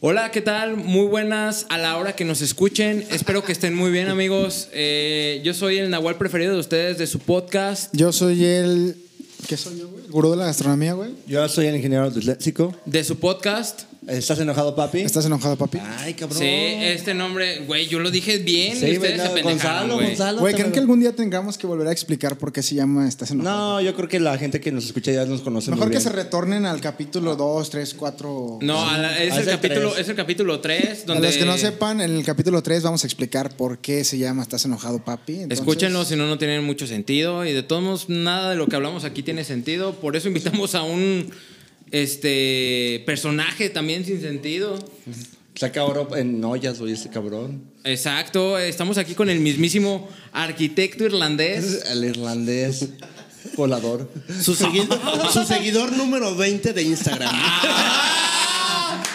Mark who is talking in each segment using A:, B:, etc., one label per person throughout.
A: Hola, ¿qué tal? Muy buenas a la hora que nos escuchen. Espero que estén muy bien, amigos. Eh, yo soy el Nahual preferido de ustedes de su podcast.
B: Yo soy el. ¿Qué soy yo, güey? El gurú de la gastronomía, güey.
C: Yo soy el ingeniero disléxico.
A: De su podcast.
C: ¿Estás enojado, papi?
B: ¿Estás enojado, papi?
A: Ah,
C: Ay, cabrón.
A: Sí, este nombre, güey, yo lo dije bien.
C: Sí,
A: y ustedes
C: venga,
A: se pendejaron,
C: Gonzalo,
A: güey.
C: Gonzalo.
B: Güey,
C: te
B: ¿creen
C: lo-
B: que algún día tengamos que volver a explicar por qué se llama Estás enojado?
C: No, yo creo que la gente que nos escucha ya nos conoce
B: Mejor
C: muy
B: que
C: bien.
B: se retornen al capítulo 2, 3, 4.
A: No, a la- es,
C: Ah,
A: el
C: es el
A: capítulo,
C: tres.
A: es el capítulo 3.
B: Para los que no sepan, en el capítulo 3 vamos a explicar por qué se llama Estás enojado, papi. Entonces,
A: Escúchenlo, si no, no tienen mucho sentido. Y de todos modos, nada de lo que hablamos aquí tiene sentido. Por eso invitamos a un este personaje también sin sentido.
C: Saca oro en ollas, oye, ese cabrón.
A: Exacto, estamos aquí con el mismísimo arquitecto irlandés.
C: Es el irlandés volador.
D: Su, segui- su seguidor número 20 de Instagram.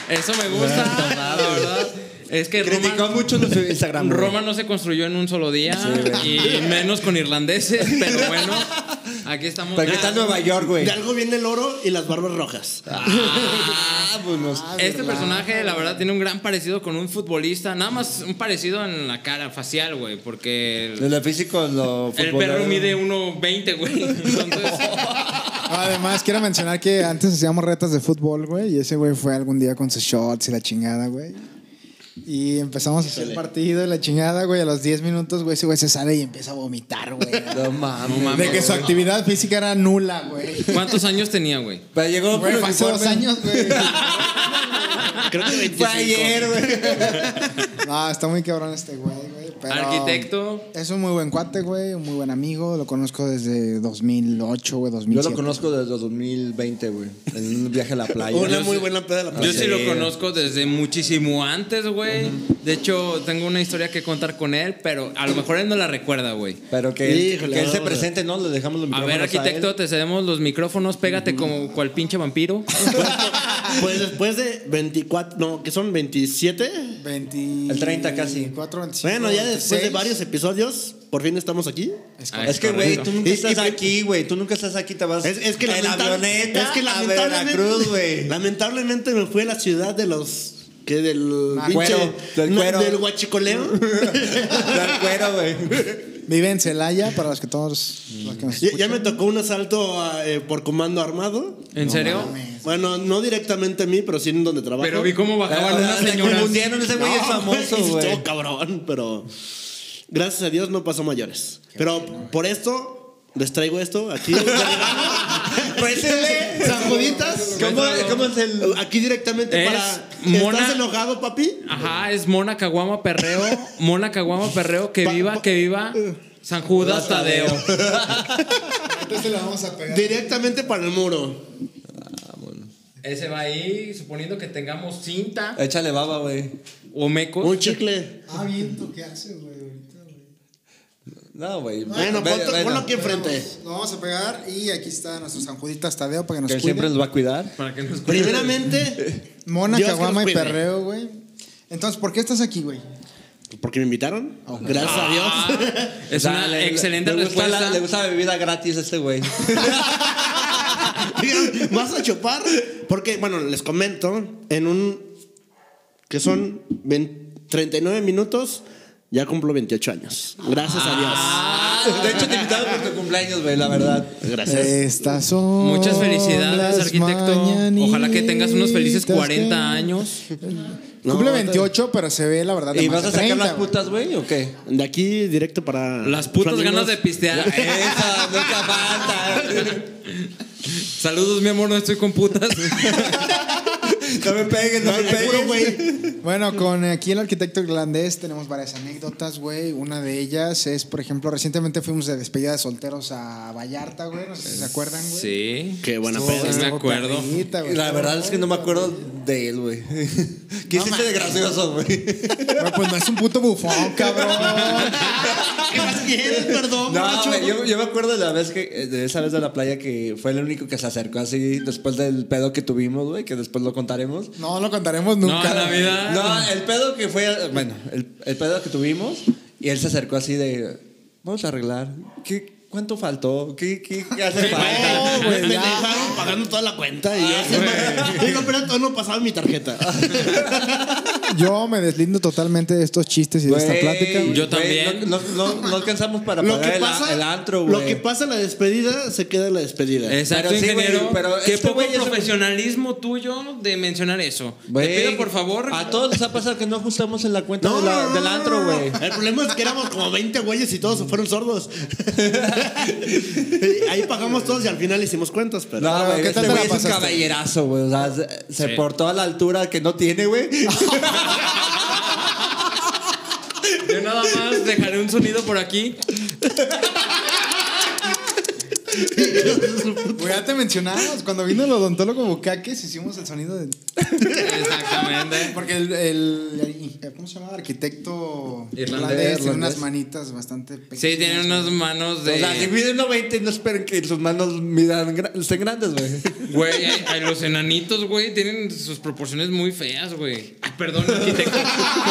A: Eso me gusta, la verdad. Es que
C: Criticó
A: Roma,
C: mucho nuestro Instagram. güey.
A: Roma no se construyó en un solo día y menos con irlandeses, pero bueno, aquí estamos.
C: Pero ¿qué tal Nueva York, güey?
D: De algo viene el oro y las barbas rojas.
C: Ah, pues nos-
A: Este personaje, la verdad, tiene un gran parecido con un futbolista. Nada más un parecido en la cara facial, güey. Porque el,
C: Desde el físico, lo
A: el perro
C: futbolero.
A: mide 1.20, güey. Entonces,
B: Ah, Además, quiero mencionar que antes hacíamos retas de fútbol, güey. Y ese güey fue algún día con sus shots y la chingada, güey. Y empezamos a hacer el partido y la chingada, güey. A los 10 minutos, güey, ese güey se sale y empieza a vomitar, güey.
C: No mames.
A: No mames.
B: De que su actividad física era nula, güey.
A: ¿cuántos años tenía, güey?
C: Pero llegó
B: Güey, fue hace dos
C: uniforme.
B: años, güey.
D: Creo que 25.
C: Fue ayer, güey.
B: No, está muy cabrón este güey, güey. pero-
A: Arquitecto.
B: Es un muy buen cuate, güey. Un muy buen amigo. Lo conozco desde 2008, güey,
C: Yo
B: 2007.
C: lo conozco desde 2020, güey. En un viaje a la playa.
D: Una
C: Yo
D: muy
C: sé-
D: buena peda de la playa.
A: Yo sí lo conozco desde muchísimo antes, güey. De hecho, tengo una historia que contar con él, pero a lo mejor él no la recuerda, güey.
C: Pero que, él-
D: Híjole,
C: que él se
D: ahora.
C: presente, ¿no? Le dejamos
A: A
C: los micrófonos
A: ver,
C: a
A: arquitecto,
C: él.
A: te cedemos los micrófonos, pégate como cual pinche vampiro.
D: Pues después de 24, no, que son 27.
B: 20...
C: El 30 casi.
B: 4, 25,
D: Bueno, ya después de
B: 26.
D: varios episodios, por fin estamos aquí.
A: Ah,
C: Es que, güey,
A: correcto.
C: tú nunca
D: Y-
C: estás
D: y-
C: aquí, güey. Tú nunca estás aquí, te vas
D: Es, es que
C: en
D: lamenta-
C: avioneta
D: es que
C: a
D: lamentablemente,
C: Veracruz, güey.
D: lamentablemente me fui a la ciudad de los que del
B: Ah,
D: pinche-
C: cuero, del
D: no,
C: cuero.
D: del huachicoleo.
C: Al cuero, güey.
B: Vive en Celaya, para los que todos... Los que nos
D: Mm. ya, ya
B: escuchan.
D: me tocó un asalto ah, eh, por comando armado.
A: ¿En serio?
D: Bueno, no directamente a mí, pero sí en donde trabajo.
A: Pero vi cómo bajaban
C: Ah,
A: unas
C: se
A: señoras.
C: confundieron, ese Este güey es famoso,
D: sí,
C: güey.
D: estuvo cabrón, pero gracias a Dios no pasó mayores. Pero por esto les traigo esto aquí.
C: Préstele.
D: Sacuditas.
C: Pues, ¿Cómo, ¿Cómo es Pues el...?
D: Aquí directamente
A: Es
D: para
A: mona-
D: ¿Estás enojado, papi?
A: Ajá, es Mona Caguama Perreo. Mona Caguama Perreo, que
D: Pa-
A: viva,
D: pa-
A: que viva San Judas Tadeo.
B: Entonces la vamos a pegar.
D: Directamente para el muro.
A: Ese va ahí, suponiendo que tengamos cinta
C: Échale baba, güey.
A: o mecos.
D: Un chicle.
B: Ah, viento, ¿qué haces, güey? Ahorita, güey.
C: No, güey.
D: Bueno,
C: Ve-
D: ponlo
C: bueno.
D: ponlo aquí enfrente.
B: Lo vamos a pegar y aquí está nuestro San Juditas Tadeo para que nos
C: Que él
B: cuide.
C: siempre nos va a cuidar.
A: Para que nos cuide.
D: Primeramente,
B: Mona,
D: Dios que
B: Caguama
D: nos
B: y
D: cuide.
B: Perreo, güey. Entonces, ¿por qué estás aquí, güey?
D: porque me invitaron.
C: Oh,
D: Gracias a Dios.
A: Ah, es una
C: Dale,
A: excelente
C: le gusta
A: respuesta.
C: la- le gusta la bebida gratis a este güey.
D: Dijeron, ¿Vas a chupar? Porque, bueno, les comento, en un... que son 20 39 minutos, ya cumplo 28 años. Gracias
A: Ah.
D: a
C: De hecho, te invitamos por tu cumpleaños, güey, la verdad.
D: Dios. Gracias.
B: Estas son
A: Muchas
B: las
A: felicidades, arquitecto. Ojalá que tengas unos felices
B: mañanitas que-
A: 40 años.
D: No,
B: Cumple
D: no,
B: 28, pero se ve, la verdad, de
C: ¿Y
B: más
C: vas a
B: de
C: sacar
B: 30,
C: las
B: güey.
C: putas, güey, o qué?
D: De aquí directo para...
A: Las putas ganas
D: Flamingos.
A: de pistear.
C: Esa, nunca falta.
A: Saludos, mi amor, no estoy con putas.
C: No me peguen, no me
D: Puro,
C: peguen.
D: güey.
B: Bueno, con aquí el arquitecto irlandés tenemos varias anécdotas, güey. Una de ellas es, por ejemplo, recientemente fuimos de despedida de solteros a Vallarta, güey. No sé si se acuerdan, güey.
A: Sí.
D: Qué buena
A: Estuvo-
D: peda.
A: sí me acuerdo.
C: La verdad es que no me acuerdo de él, güey. ¿Qué
B: No
C: hiciste de
B: mames.
C: gracioso, güey?
B: pues no es un puto bufón, cabrón.
D: ¿Qué más quieres? Perdón,
C: No,
D: borracho.
C: güey, yo, yo me acuerdo de la vez que, eh, de esa vez de la playa que fue el único que se acercó así después del pedo que tuvimos, güey, que después lo contaremos.
B: No lo contaremos
A: No,
B: nunca.
A: en la vida.
C: No, el pedo que fue, bueno, el, el pedo que tuvimos y él se acercó así de, vamos a arreglar. ¿Qué, ¿Cuánto faltó? ¿Qué, qué, qué hace
A: Sí,
C: falta?
A: güey.
D: Me dejaron pagando toda la cuenta. Y
C: Ah,
D: yo, digo, pero todo no pasaba en mi tarjeta.
B: Yo me deslindo totalmente de estos chistes y de esta
C: Güey,
B: plática. güey.
A: Yo
C: güey,
A: también.
C: No, no- no- no alcanzamos para
D: lo,
C: pagar
D: que
C: el-
D: pasa,
C: el, antro, güey.
D: lo que pasa en la despedida se queda en la despedida.
A: Exacto,
C: Pero sí, güey,
A: ingeniero.
C: pero
A: Qué
C: este
A: poco
C: güey es-
A: profesionalismo tuyo de mencionar eso.
C: Güey,
A: Te pido, por favor.
C: A todos les ha pasado que no ajustamos en la cuenta de la- del antro,
D: no, no.
C: güey.
D: El problema es que éramos como 20 güeyes y todos se fueron sordos. Ahí pagamos todos y al final hicimos cuentas, pero.
C: No, güey,
B: ¿qué
C: este
B: tal te
C: güey
B: la
C: es un
B: pasaste?
C: caballerazo, güey. O sea, se, se
A: Sí.
C: portó a la altura que no tiene, güey.
A: Yo nada más dejaré un sonido por aquí.
B: Güey, ya te mencionamos. Cuando vino el odontólogo Bucaques, hicimos el sonido de.
A: Exactamente.
B: Porque el, el- ¿Cómo se llama? Arquitecto
A: Irlandés,
B: irlandés tiene
C: irlandés.
B: unas manitas bastante pequeñas.
A: Sí, tienen unas manos
C: O sea, si
A: de.
C: miden 90 y no esperen que sus manos midan, gra- estén grandes, güey.
A: Güey, hay- hay los enanitos, güey, tienen sus proporciones muy feas, güey. Ay, Perdón, arquitecto.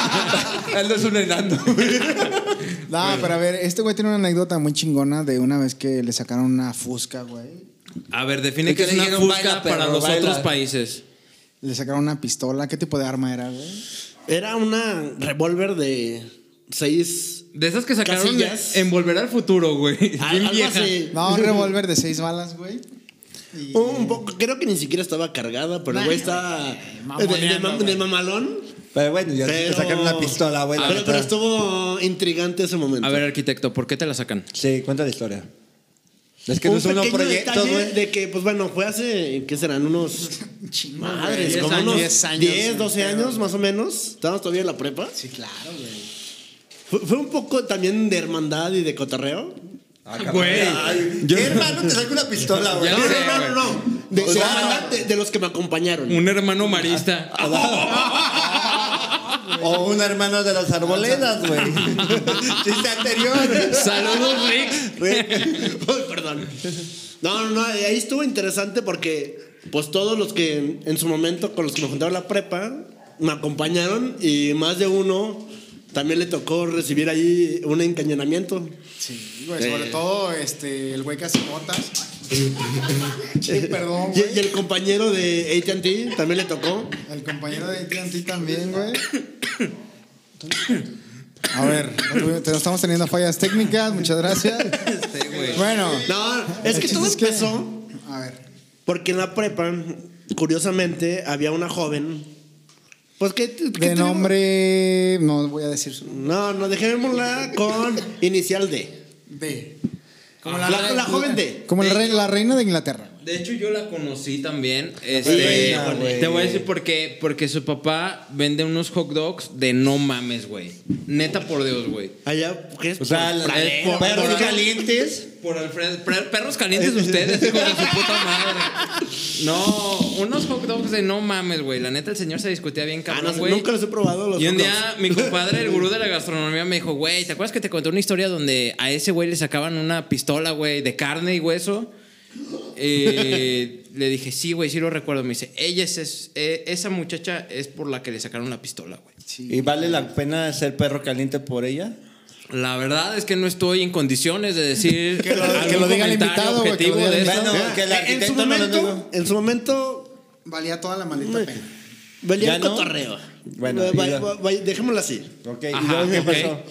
C: Él no es un enano, güey.
B: No, pero a ver, este güey tiene una anécdota muy chingona de una vez que le sacaron una fusca, güey.
A: A ver, define
C: Y
A: qué
C: que
A: es
C: le
A: una
C: dijeron,
A: fusca
C: "Baila,
A: para
C: perro,
A: los
C: baila".
A: otros países.
B: Le sacaron una pistola. ¿Qué tipo de arma era, güey?
D: Era una revólver de seis.
A: De esas que sacaron
D: Casillas.
A: en Volver al Futuro, güey.
D: al-
A: Bien
D: algo
A: vieja.
D: así.
B: No, un revólver de seis balas, güey. Y-
D: Un poco, creo que ni siquiera estaba cargada, pero el güey está de, de mam- de mamalón.
C: Pero bueno, ya te
D: Pero-
C: sacan una pistola, güey. la
D: Pero,
C: neta.
D: pero estuvo intrigante ese momento.
A: A ver, arquitecto, ¿por qué te la sacan?
C: Sí, cuenta la historia. Es que
D: un
C: no son unos
D: pequeño
C: proyectos,
D: detalle
C: güey.
D: de que, pues bueno, fue hace, ¿qué serán? Unos.
B: Chingo, güey.
D: Madres,
A: Diez
D: como
A: años,
D: unos
B: diez años,
D: 10, 12
B: pero-
D: años más o menos. Estábamos todavía en la prepa.
B: Sí, claro, güey.
D: Fue, fue un poco también de hermandad y de cotorreo.
C: Ah,
A: Güey.
C: Ay,
A: Yo-
C: ¿Qué hermano te saca una pistola, güey?
A: Ya
D: no,
A: sé,
D: no, no, no, no. De,
C: O
D: de
C: sea,
D: hermandad de- de los que me acompañaron.
A: Un hermano marista.
C: Ah, O un hermano de las arboledas, güey. Chiste anterior.
A: Saludos, Rick.
D: Uy, perdón. No, no, no, ahí estuvo interesante porque pues todos los que en su momento con los que me juntaron la prepa me acompañaron y más de uno también le tocó recibir ahí un encañonamiento.
B: Sí, güey. Sobre todo este, el güey que hace botas. sí, perdón,
D: Y,
B: güey.
D: y el compañero de AT&T también le tocó.
B: El compañero de AT&T también, güey. A ver, te- estamos teniendo fallas técnicas, muchas gracias. Bueno,
D: No,
B: el
D: es que
B: chiste
D: todo empezó
B: A ver,
D: porque en la prepa, curiosamente, había una joven pues que, que
B: de
D: tuvo-
B: nombre, no voy a decir su
D: No, no, dejémosla con inicial D.
B: D.
D: la, la joven D.
B: Como la, reina, la reina de Inglaterra. güey.
A: De hecho, yo la conocí también. Este,
C: reina, güey.
A: te voy a decir por qué. Porque su papá vende unos hot dogs de no mames, güey. Neta por Dios, güey.
D: Allá, ¿qué es?
C: O sea,
D: Por-
C: el-
D: por-
C: el-
D: por-
C: perros
D: por-
C: calientes.
A: Por Alfredo. per- Perros calientes ustedes, hijos de su puta madre. No, unos hot dogs de no mames, güey. La neta, el señor se discutía bien
D: Ah,
A: cabrón,
D: no sé,
A: güey.
D: nunca los he probado los
A: Y un
D: hot
A: día mi compadre, el gurú de la gastronomía, me dijo, güey, ¿te acuerdas que te conté una historia donde a ese güey le sacaban una pistola, güey, de carne y hueso? Eh, le dije, sí, güey, sí lo recuerdo. Me dice, ella es, es- eh, esa muchacha es por la que le sacaron la pistola, güey.
C: ¿Y vale la pena ser perro caliente por ella?
A: La verdad es que no estoy en condiciones de decir
B: Que lo- que
A: algún
B: lo diga el
A: comentario
B: invitado, güey, que lo
A: objetivo
B: diga el
A: de
B: invitado.
A: esto.
C: Bueno, que el
D: dogs. En su
C: arquitecto no lo
D: momento,
C: digo.
D: en su momento,
B: Valía toda la maldita pena.
D: valía
C: ¿Ya
D: el
C: no?
D: cotorreo.
C: Bueno,
D: Va-
C: y
D: va-
C: ya.
D: va- va- dejémoslo así.
C: Ok, ¿y
A: Ajá,
C: luego qué
A: ok.
C: pasó?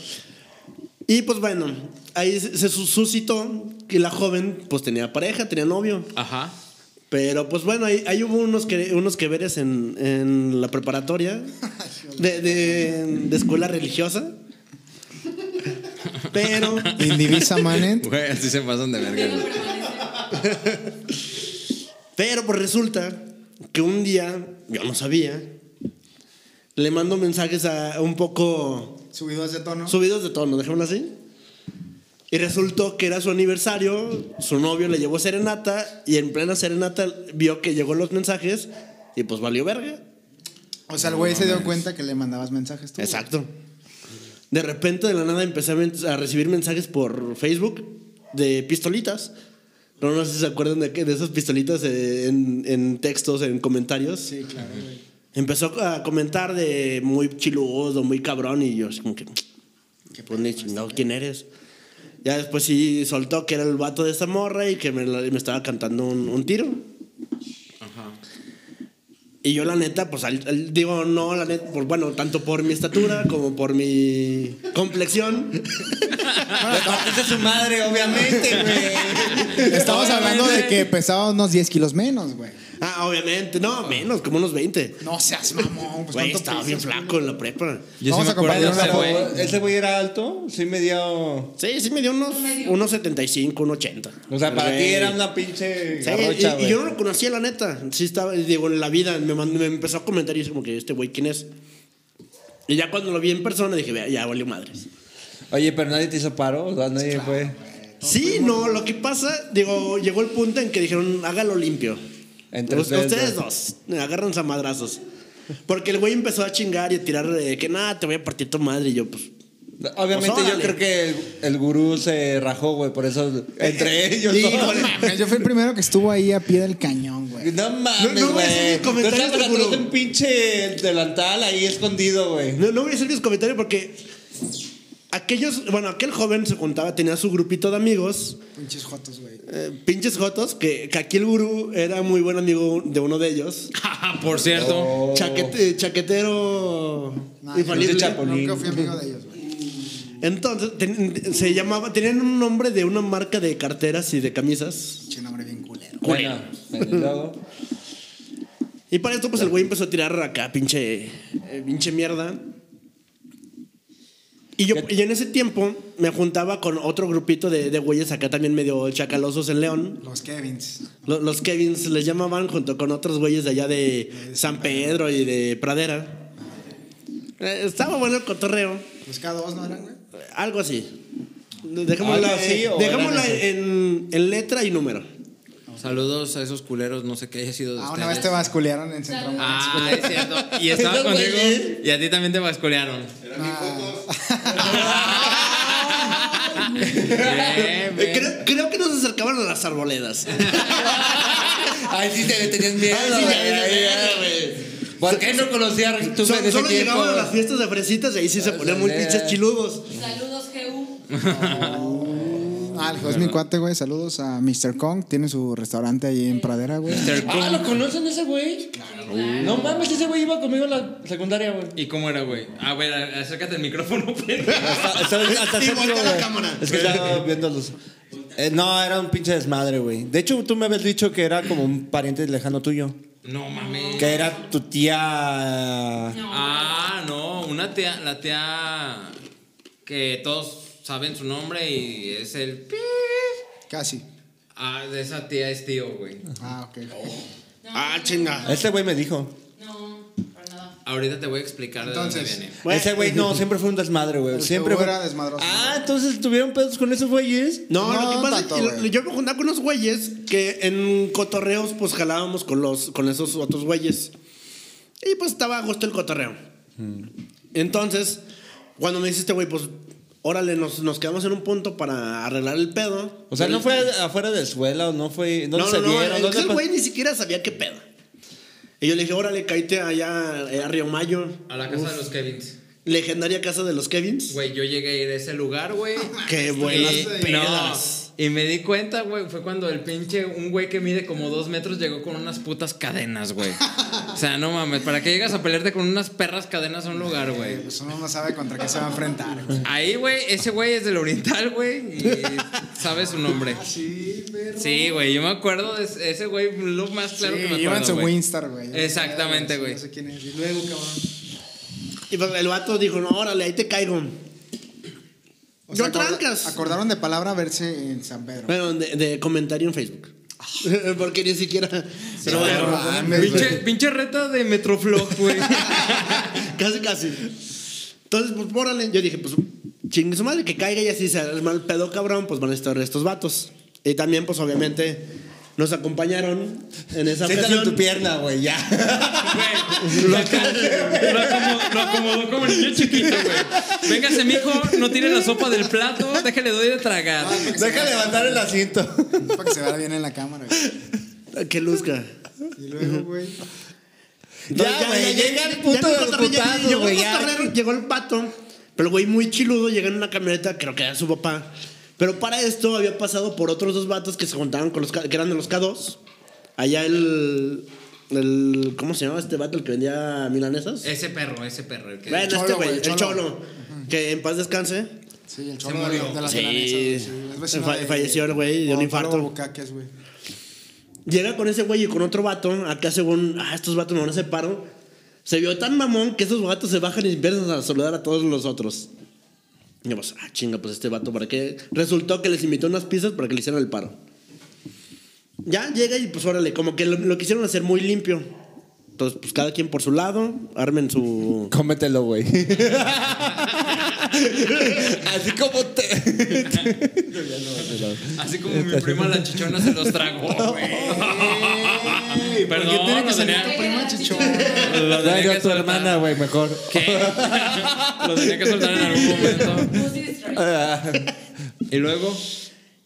D: Y pues bueno, ahí se se sus- suscitó que la joven pues tenía pareja, tenía novio.
A: Ajá.
D: Pero pues bueno, ahí, ahí hubo unos que, unos que veres en, en la preparatoria de, de- de escuela religiosa. Pero
B: Indivisa Manet.
A: Güey, así se pasan de verga. güey.
D: Pero pues resulta que un día, yo no sabía, le mando mensajes a un poco
B: Subidos de tono.
D: subidos de tono, dejémoslo así. Y resultó que era su aniversario, su novio le llevó serenata y en plena serenata vio que llegó los mensajes y pues valió verga.
B: O sea, el güey se dio cuenta que le mandabas mensajes tú. güey.
D: Exacto. De repente, de la nada, empecé a, men- a recibir mensajes por Facebook de pistolitas. No, no sé si se acuerdan de, que- de esas pistolitas eh, en, en textos, en comentarios.
B: Sí, claro, güey.
D: Empezó a comentar de muy chiludo, muy cabrón, y yo así como que. Pues ni chingado,
B: este.
D: ¿quién eres? Ya después sí soltó que era el vato de esa morra y que me, la- me estaba cantando un, un tiro. Y yo la neta, pues al- al- digo, no, la neta, pues bueno, tanto por mi estatura como por mi complexión.
C: Aparte su madre, obviamente, güey.
B: Estamos hablando de que pesaba unos 10 kilos menos, güey.
D: Ah, obviamente, no, menos, como unos 20.
B: No seas mamón. Pues,
D: Güey,
B: ¿cuánto
D: estaba
B: pesas,
D: bien
B: güey?
D: flaco en la prepa.
A: Yo
B: Vamos
A: sí
B: a
A: me acuerdo
B: compartir
A: de ese
B: una
A: güey.
C: Pero, ¿Ese güey era alto? Sí, medio.
D: Sí, sí me dio unos, unos 75, unos 80.
C: O sea, para
D: Güey.
C: ti era una pinche
D: Sí,
C: garrocha,
D: y, y
C: güey.
D: yo no lo conocía, la neta. Sí estaba, digo, en la vida me, mandó- me empezó a comentar y es como que este güey, ¿quién es? Y ya cuando lo vi en persona dije, "Vea, ya valió madres.
C: Oye, pero nadie te hizo paro, o sea, nadie fue.
D: Sí, no, lo que pasa, digo, llegó el punto en que dijeron, hágalo limpio.
C: Entre
D: Us-
C: ustedes
D: ustedes, dos, agarran a madrazos. Porque el güey empezó a chingar y a tirar de que nada, te voy a partir tu madre. Y yo, pues,
C: Obviamente
D: Pues,
C: yo
D: órale.
C: creo que el, el gurú se rajó, güey, por eso entre ellos.
D: Híjole.
C: ¿no?
B: Mames, Yo fui el primero que estuvo ahí a pie del cañón, güey.
C: No
D: No,
C: mames,
D: no voy a hacer
C: güey.
D: mis
C: No,
D: comentarios
C: estabas
D: del
C: atrás
D: gurú.
C: de un pinche delantal ahí escondido, güey.
D: no, no voy a hacer mis comentarios porque aquellos, bueno, aquel joven se juntaba, tenía su grupito de amigos.
B: Pinches jotos, güey.
D: Eh, pinches jotos, que, que aquí el gurú era muy buen amigo de uno de ellos.
A: Por cierto.
D: Chaquete- eh, chaquetero
B: Nah,
D: infalible.
C: no sé,
B: yo
C: Chapulín.
B: Nunca fui amigo de ellos, güey.
D: Entonces, ten- se llamaba, tenían un nombre de una marca de carteras y de camisas.
B: Pinche nombre bien culero.
C: Bueno, bueno, y luego,
D: Y para esto, pues el güey empezó a tirar acá, pinche, eh, pinche mierda. Y yo y en ese tiempo me juntaba con otro grupito de, de güeyes acá también medio chacalosos en León.
B: Los Kevins.
D: Lo- Los, Kevins les llamaban junto con otros güeyes de allá de San Pedro y de Pradera. Eh, estaba bueno el cotorreo,
B: Los K2, ¿no eran, güey?
D: algo así. Dejémoslo,
C: ¿Algo así
D: eh,
C: o
D: dejémoslo
C: eran así?
D: en, en letra y número.
A: Saludos a esos culeros, no sé qué haya sido de
B: Ah,
A: ustedes.
B: una vez te basculearon en Centro
A: Ah, es cierto. Y estaba
C: Esos
A: contigo
C: güeyes.
A: y a ti también te basculearon.
B: Ah.
A: Bien,
D: Eh,
A: bien.
D: creo, creo que nos acercaban a las arboledas.
A: Ah,
C: Ay, sí te le tenías miedo,
D: Ay, sí,
C: güey,
D: ya, ya,
C: ay,
D: ya,
C: ay, güey. ¿Por qué no conocías tú
D: Sol-
C: en ese
D: solo
C: tiempo?
D: llegaban a las
C: güey?
D: fiestas de fresitas y ahí sí se ponían muy
C: ya.
D: pinches chiludos.
E: Saludos, GU.
B: Ah, el es mi cuate, güey. Saludos a Mr. Kong. Tiene su restaurante ahí en Pradera, güey.
A: Mr.
C: Ah,
A: Kung.
C: ¿lo conocen ese güey? No mames, ese güey iba conmigo a la secundaria, güey.
A: ¿Y cómo era, güey? A ver, acércate al micrófono,
D: Sí, voltea la cámara.
C: Es que estaba viendo los. Eh, no, era un pinche desmadre, güey. De hecho, tú me habías dicho que era como un pariente lejano tuyo.
A: No mames.
C: Que era tu tía.
A: Ah, no, una tía, la tía que todos saben su nombre y es el pi.
B: Casi.
A: Ah, de esa tía es tío, güey.
B: Ah, ok.
D: Ah, chinga.
C: Ese Este güey me dijo.
E: No, para nada.
A: Ahorita te voy a explicar de
B: Entonces,
A: dónde viene.
D: Güey.
C: Ese güey no, siempre fue un desmadre, güey.
B: El
C: Siempre
B: que
C: fue.
B: hubo era desmadroso.
C: Ah, entonces tuvieron pedos con esos güeyes.
D: No,
B: No,
D: lo que pasa es que
B: tanto, güey.
D: yo me juntaba con unos güeyes que en cotorreos pues jalábamos con los con esos otros güeyes. Y pues estaba a gusto el cotorreo. Entonces, cuando me dice este güey, pues órale, nos, nos quedamos en un punto para arreglar el pedo.
C: O sea, no fue afuera de escuela o no fue. No,
D: No, no,
C: se
D: no,
C: vieron.
D: el-
C: ¿dónde
D: el
C: pas-
D: güey ni siquiera sabía qué pedo. Y yo le dije, órale, caíte allá eh, a Río Mayo,
A: A la casa de los Kevins.
D: legendaria casa de los Kevins.
A: Güey, yo llegué a ir a ese lugar, güey.
D: Qué buenas
A: Y- Eh, no,
D: pedas.
A: y me di cuenta, güey, fue cuando el pinche, un güey que mide como dos metros llegó con unas putas cadenas, güey. O sea, no mames, ¿para qué llegas a pelearte con unas perras cadenas a un lugar, güey?
B: Pues uno no sabe contra qué se va a enfrentar, güey.
A: Ahí, güey, ese güey es del oriental, güey, y sabe su nombre.
B: Sí, perro.
A: Sí, güey, yo me acuerdo de ese- ese güey, lo más claro que me acuerdo,
B: iba en su
A: güey.
B: Winstar, güey.
A: Exactamente, güey.
B: No sé quién es. Y luego, cabrón.
D: Y pues el vato dijo, no, órale, ahí te caigo.
B: O sea,
D: Yo
B: acorda-
D: trancas.
B: Acordaron de palabra verse en San Pedro.
D: Bueno, de, de comentario en Facebook. Porque ni siquiera. pero
B: no
D: bueno,
B: mames,
A: Pinche,
B: güey.
A: pinche reta de Metroflog, güey.
D: casi, casi. Entonces, pues, órale. Yo dije, pues, chingue su madre, que caiga y así se arma el pedo cabrón, pues van a estar estos vatos. Y también, pues, obviamente, nos acompañaron en esa
C: Siéntalo en
D: ocasión.
C: tu pierna, güey, ya.
A: Güey, lo, acom- lo acomo- lo acomodó como niño chiquito, güey. Véngase, mijo, no tire la sopa del plato, déjale, doy de tragar.
C: Deja levantar el asiento.
B: Para que se vea bien en la cámara, güey.
D: Que luzca.
B: Y luego, güey.
D: Entonces,
C: Ya, güey, llega el punto
D: en
C: de los
D: cotorreo, ya-
C: putazos,
D: llegó el
C: güey, ya.
D: cotorreo, Llegó el pato, pero el güey muy chiludo, llega en una camioneta, creo que era su papá. Pero para esto había pasado por otros dos vatos que se juntaban con los K- que eran de los K2. Allá el el, ¿cómo se llamaba este vato el que vendía milanesas?
A: Ese perro, ese perro. Eh, el que-
D: bueno, este
B: Cholo,
D: güey,
B: güey,
D: el
B: Cholo.
D: cholo. Que en paz descanse.
B: Sí, el
A: Se
B: cholo de,
A: murió.
B: de las
D: Sí.
B: milanesas, güey, es vecino
D: Fa- falleció el güey de un
B: Gonzalo
D: infarto.
B: Bucaques, güey.
D: Llega con ese güey y con otro vato. Acá según, ah, estos vatos me van a hacer paro. Se vio tan mamón que esos vatos se bajan y empiezan a saludar a todos los otros. Y pues, ah, chinga, pues este vato, ¿para qué? Resultó que les invitó unas pizzas para que le hicieran el paro. Ya llega y pues órale, como que lo, lo quisieron hacer muy limpio. Entonces, pues cada quien por su lado, armen su...
C: Cómetelo, güey. Así como te.
A: Así como mi prima la chichona se los tragó, güey.
B: Ey, ¿por
A: Perdón,
B: qué tiene que
A: lo
B: salir
A: tenía-
B: tu prima chichona?
A: lo tenía
C: Traigo
A: que
C: a tu
A: soltar.
C: hermana, güey, mejor.
A: ¿Qué? lo tenía que soltar en algún momento.
E: Pussy Destroyer.
A: Y luego,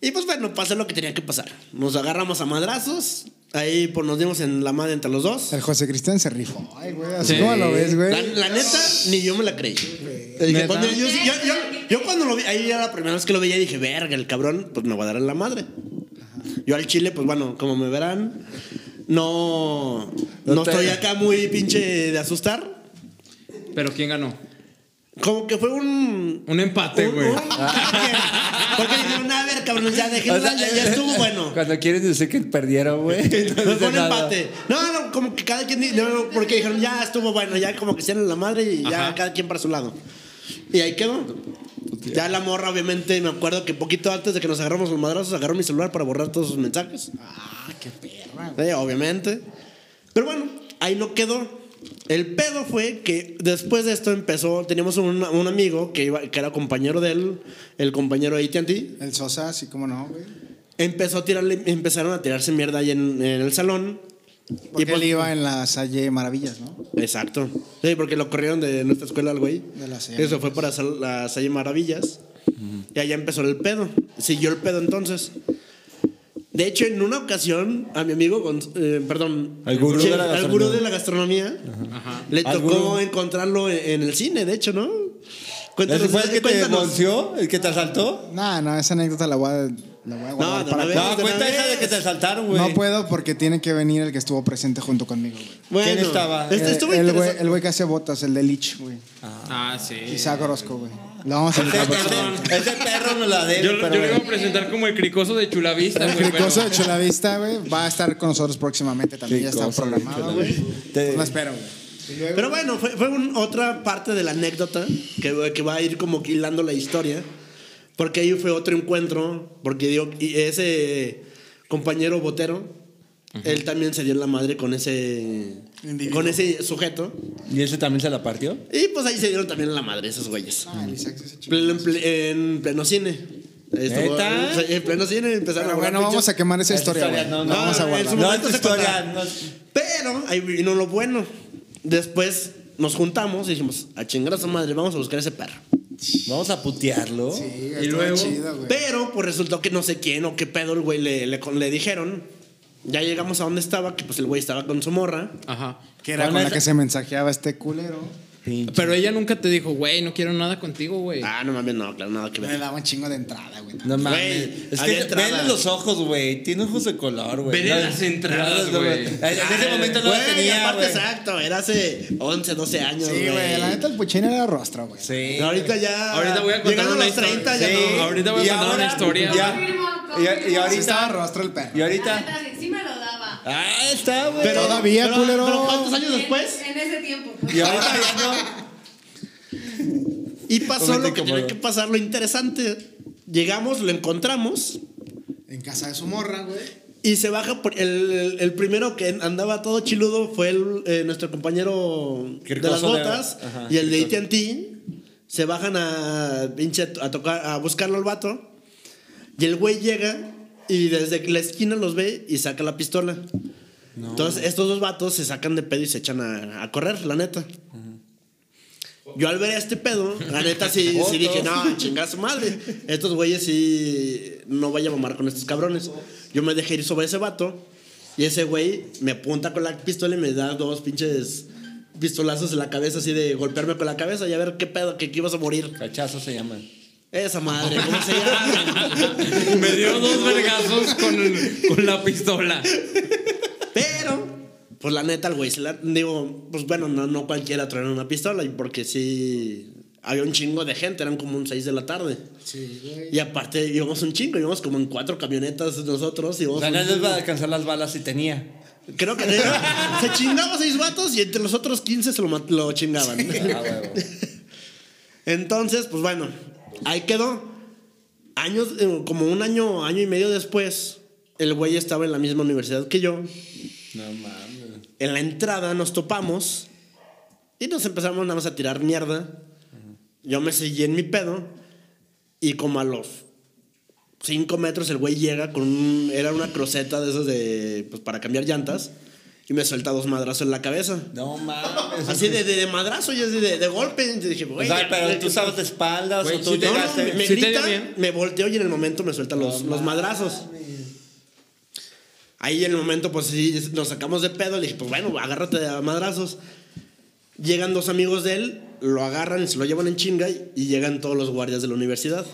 D: Y pues bueno, pasó lo que tenía que pasar. Nos agarramos a madrazos. Ahí pues nos dimos en la madre entre los dos.
B: El José Cristian se rifó. Ay, güey, así
A: Sí.
B: como lo ves, güey.
D: La, la neta, ni yo me la creí. Le dije,
A: ¿Neta?
D: cuando- yo, yo- yo- yo cuando lo vi, ahí era la primera vez que lo veía, dije, verga, el cabrón, pues me va a dar en la madre. Yo al chile, pues bueno, como me verán, no,
C: No
D: no
C: te-
D: estoy acá muy pinche de asustar.
A: ¿pero quién ganó?
D: Como que fue un.
A: Un empate,
D: un-
A: güey.
D: un- porque dijeron, a ver, cabrón, ya déjenlo,
C: O sea, eh,
D: ya, ya estuvo bueno.
C: Cuando quieres decir que perdieron, güey. No
D: Fue
C: dices
D: un
C: nada.
D: empate. No, no, como que cada quien. di- no, no, porque dijeron, ya estuvo bueno, ya como que se dieron la madre y ya
A: Ajá.
D: cada quien para su lado. Y ahí quedó. Ya la morra, obviamente, me acuerdo que poquito antes de que nos agarramos los madrazos, agarró mi celular para borrar todos sus mensajes.
B: Ah, qué perra, güey.
D: Sí, obviamente. Pero bueno, ahí no quedó. El pedo fue que después de esto empezó, teníamos un, un amigo que, iba, que era compañero de él, el compañero de AT&T,
B: El Sosa, así como no, güey.
D: empezó a tirarle, empezaron a tirarse mierda ahí en, en el salón.
B: Porque
D: pues-
B: él iba en la Salle Maravillas, ¿no?
D: Exacto. Sí, porque lo corrieron de nuestra escuela al güey.
B: De la Salle
D: Eso fue para hacer la Salle Maravillas. Y allá empezó el pedo. Siguió el pedo entonces. De hecho, en una ocasión, a mi amigo, Gonz- eh, perdón,
C: Al gurú
D: che,
C: de la
D: al
C: gastronomía.
D: gurú de la gastronomía, le
C: Al
D: tocó
C: gurú.
D: encontrarlo e-, en, en el cine, de hecho, ¿no?
C: ¿Ese
D: Cuéntanos,
C: fue el que te
D: cuéntanos.
C: volteó? ¿El que te asaltó?
B: No, no, esa anécdota la voy a, la voy a guardar
D: no,
B: para ti.
D: la Pero
C: No,
D: de
C: cuenta
D: una
C: esa de
D: vez.
C: que te asaltaron, güey.
B: No pues, puedo porque tiene que venir el que estuvo presente junto conmigo, güey.
D: Bueno,
C: ¿Quién estaba?
D: este
B: Eh,
D: estuvo
B: el, güey
D: interesante.
B: el güey que hace botas, el de Lich, güey.
A: Ah, sí.
B: Isaac Orozco, güey. Lo vamos a
C: Ese,
B: invitar. por favor.
C: ese- ese perro no la debe,
A: Yo, yo
C: pero.
A: lo iba a presentar como el cricoso de Chulavista, güey.
B: El Cricoso de
A: pero-
B: Chulavista, güey, va a estar con nosotros próximamente también. Ya está
C: Cricoso de
B: programado, güey.
C: Te-
B: Pues Lo espero, güey. Y luego-
D: Pero bueno, fue, fue un- otra parte de la anécdota que, que va a ir como que hilando la historia. Porque ahí fue otro encuentro. Porque digo, y ese compañero botero, él también se dio en la madre con ese,
B: Individuo.
D: con ese sujeto.
C: ¿Y ese también se la partió?
D: Y pues ahí se dieron también en la madre esos güeyes.
B: Ah, el Isaac sí se chingó.
D: Pl- En, ple- en pleno cine. Estuvo-
C: ¿Neta?
D: en pleno cine empezaron
B: Pero
D: a
B: bueno, vamos a quemar esa
C: Esa
B: historia,
C: historia,
B: güey.
C: no,
B: No,
C: no,
B: vamos a
D: en
B: guardar.
D: su
C: No,
D: momento
C: esta
D: se
C: historia.
D: contará.
C: no-
D: Pero ahí vino lo bueno. Después nos juntamos y dijimos, a chingar a su madre, vamos a buscar ese perro.
C: Vamos a putearlo.
B: Sí,
A: Y
B: y
A: luego-
B: luego, chido, güey.
D: Pero pues resultó que no sé quién o qué pedo el güey le, le, le dijeron. Ya llegamos a donde estaba, que pues el güey estaba con su morra.
A: Ajá.
B: Que era con
C: Con
B: la
C: esa-
B: que se mensajeaba este culero.
C: Pinche.
A: Pero ella nunca te dijo, güey, no quiero nada contigo, güey.
D: Ah, no mames, no, claro, nada que
B: Me
D: ver.
B: daba un chingo de entrada, güey.
C: No mames.
D: Güey,
C: es
D: había
C: que
D: entradas.
C: vele los ojos, güey. Tiene ojos de color, güey.
A: Vele
C: No,
A: las entradas,
C: no,
A: güey.
C: En ese
D: Ah,
C: momento no la
D: güey,
C: tenía,
D: aparte,
C: güey.
D: exacto, era hace 11, 12 años.
B: Sí, güey, la neta el puchín era rostro, güey.
C: Sí.
D: Ahorita ya.
A: Ahorita voy a contar
D: Llegando
A: una
D: a los 30
A: historia.
D: ya
A: Sí.
D: no.
A: Ahorita voy a
C: Y
A: contar
C: ahora-
A: una historia.
C: ya- y- y
B: Sí estaba
C: ahorita.
B: rostro el perro.
C: Y
E: La
C: ahorita.
E: neta, sí, sí me lo daba.
C: Ah, está, güey.
D: Pero,
B: Todavía,
D: pero-
B: culero.
D: pero ¿cuántos años
E: En-
D: después?
E: En ese tiempo. pues.
C: Y ahorita ya no.
D: Y pasó
C: Momento
D: lo que tenía
C: incómodo.
D: que pasar, lo interesante. Llegamos, lo encontramos.
B: En casa de su morra, güey.
D: Y se baja por el, el primero que andaba todo chiludo fue el, eh, nuestro compañero de las
C: Kirkoso de-
D: botas
C: ajá,
D: y el de AT&T se bajan a pinche a tocar a buscarlo al vato y el güey llega y desde la esquina los ve y saca la pistola. Entonces estos dos vatos se sacan de pedo y se echan a, a correr, la neta. Yo al ver este pedo, la neta sí, sí dije, no, chinga su madre. Estos güeyes sí no vaya a mamar con estos cabrones. Yo me dejé ir sobre ese vato y ese güey me apunta con la pistola y me da dos pinches pistolazos en la cabeza, así de golpearme con la cabeza y a ver qué pedo, que aquí ibas a morir.
C: Cachazo se llama.
D: Esa madre, ¿cómo se llama?
A: Me dio dos vergazos con, el- con la pistola.
D: Pero, Pues la neta, el güey, se la- digo, pues bueno, no, no cualquiera traer una pistola, y porque sí, había un chingo de gente, eran como un 6 de la tarde.
B: Sí, güey.
D: Y aparte íbamos un chingo, íbamos como en cuatro camionetas nosotros, íbamos
C: O sea,
D: un
C: no les
D: chingo.
C: va a alcanzar las balas si tenía.
D: Creo que era- se chingaba seis vatos y entre los otros 15 se lo, mat- lo chingaban.
C: Ah, huevo.
D: Entonces, pues bueno, ahí quedó. Años, eh, como un año, año y medio después, el güey estaba en la misma universidad que yo.
C: No mames.
D: En la entrada nos topamos y nos empezamos nada más a tirar mierda. Yo me seguí en mi pedo y como a los cinco metros el güey llega con un- era una croseta de esas de pues para cambiar llantas y me suelta dos madrazos en la cabeza.
C: No mames.
D: Así de, de, de madrazo, yo así de, de golpe. Y dije,
C: O
D: güey,
C: sea, pero tú sabes de espaldas
A: Güey,
C: o tú
A: si te-
D: no, no,
C: llegaste.
D: me, me
A: Sí te dio
D: grita,
A: bien.
D: me volteo y en el momento me sueltan los, los madrazos. Ahí en el momento, pues sí, nos sacamos de pedo. Le dije, pues bueno, agárrate a madrazos. Llegan dos amigos de él, lo agarran y se lo llevan en chinga y y llegan todos los guardias de la universidad.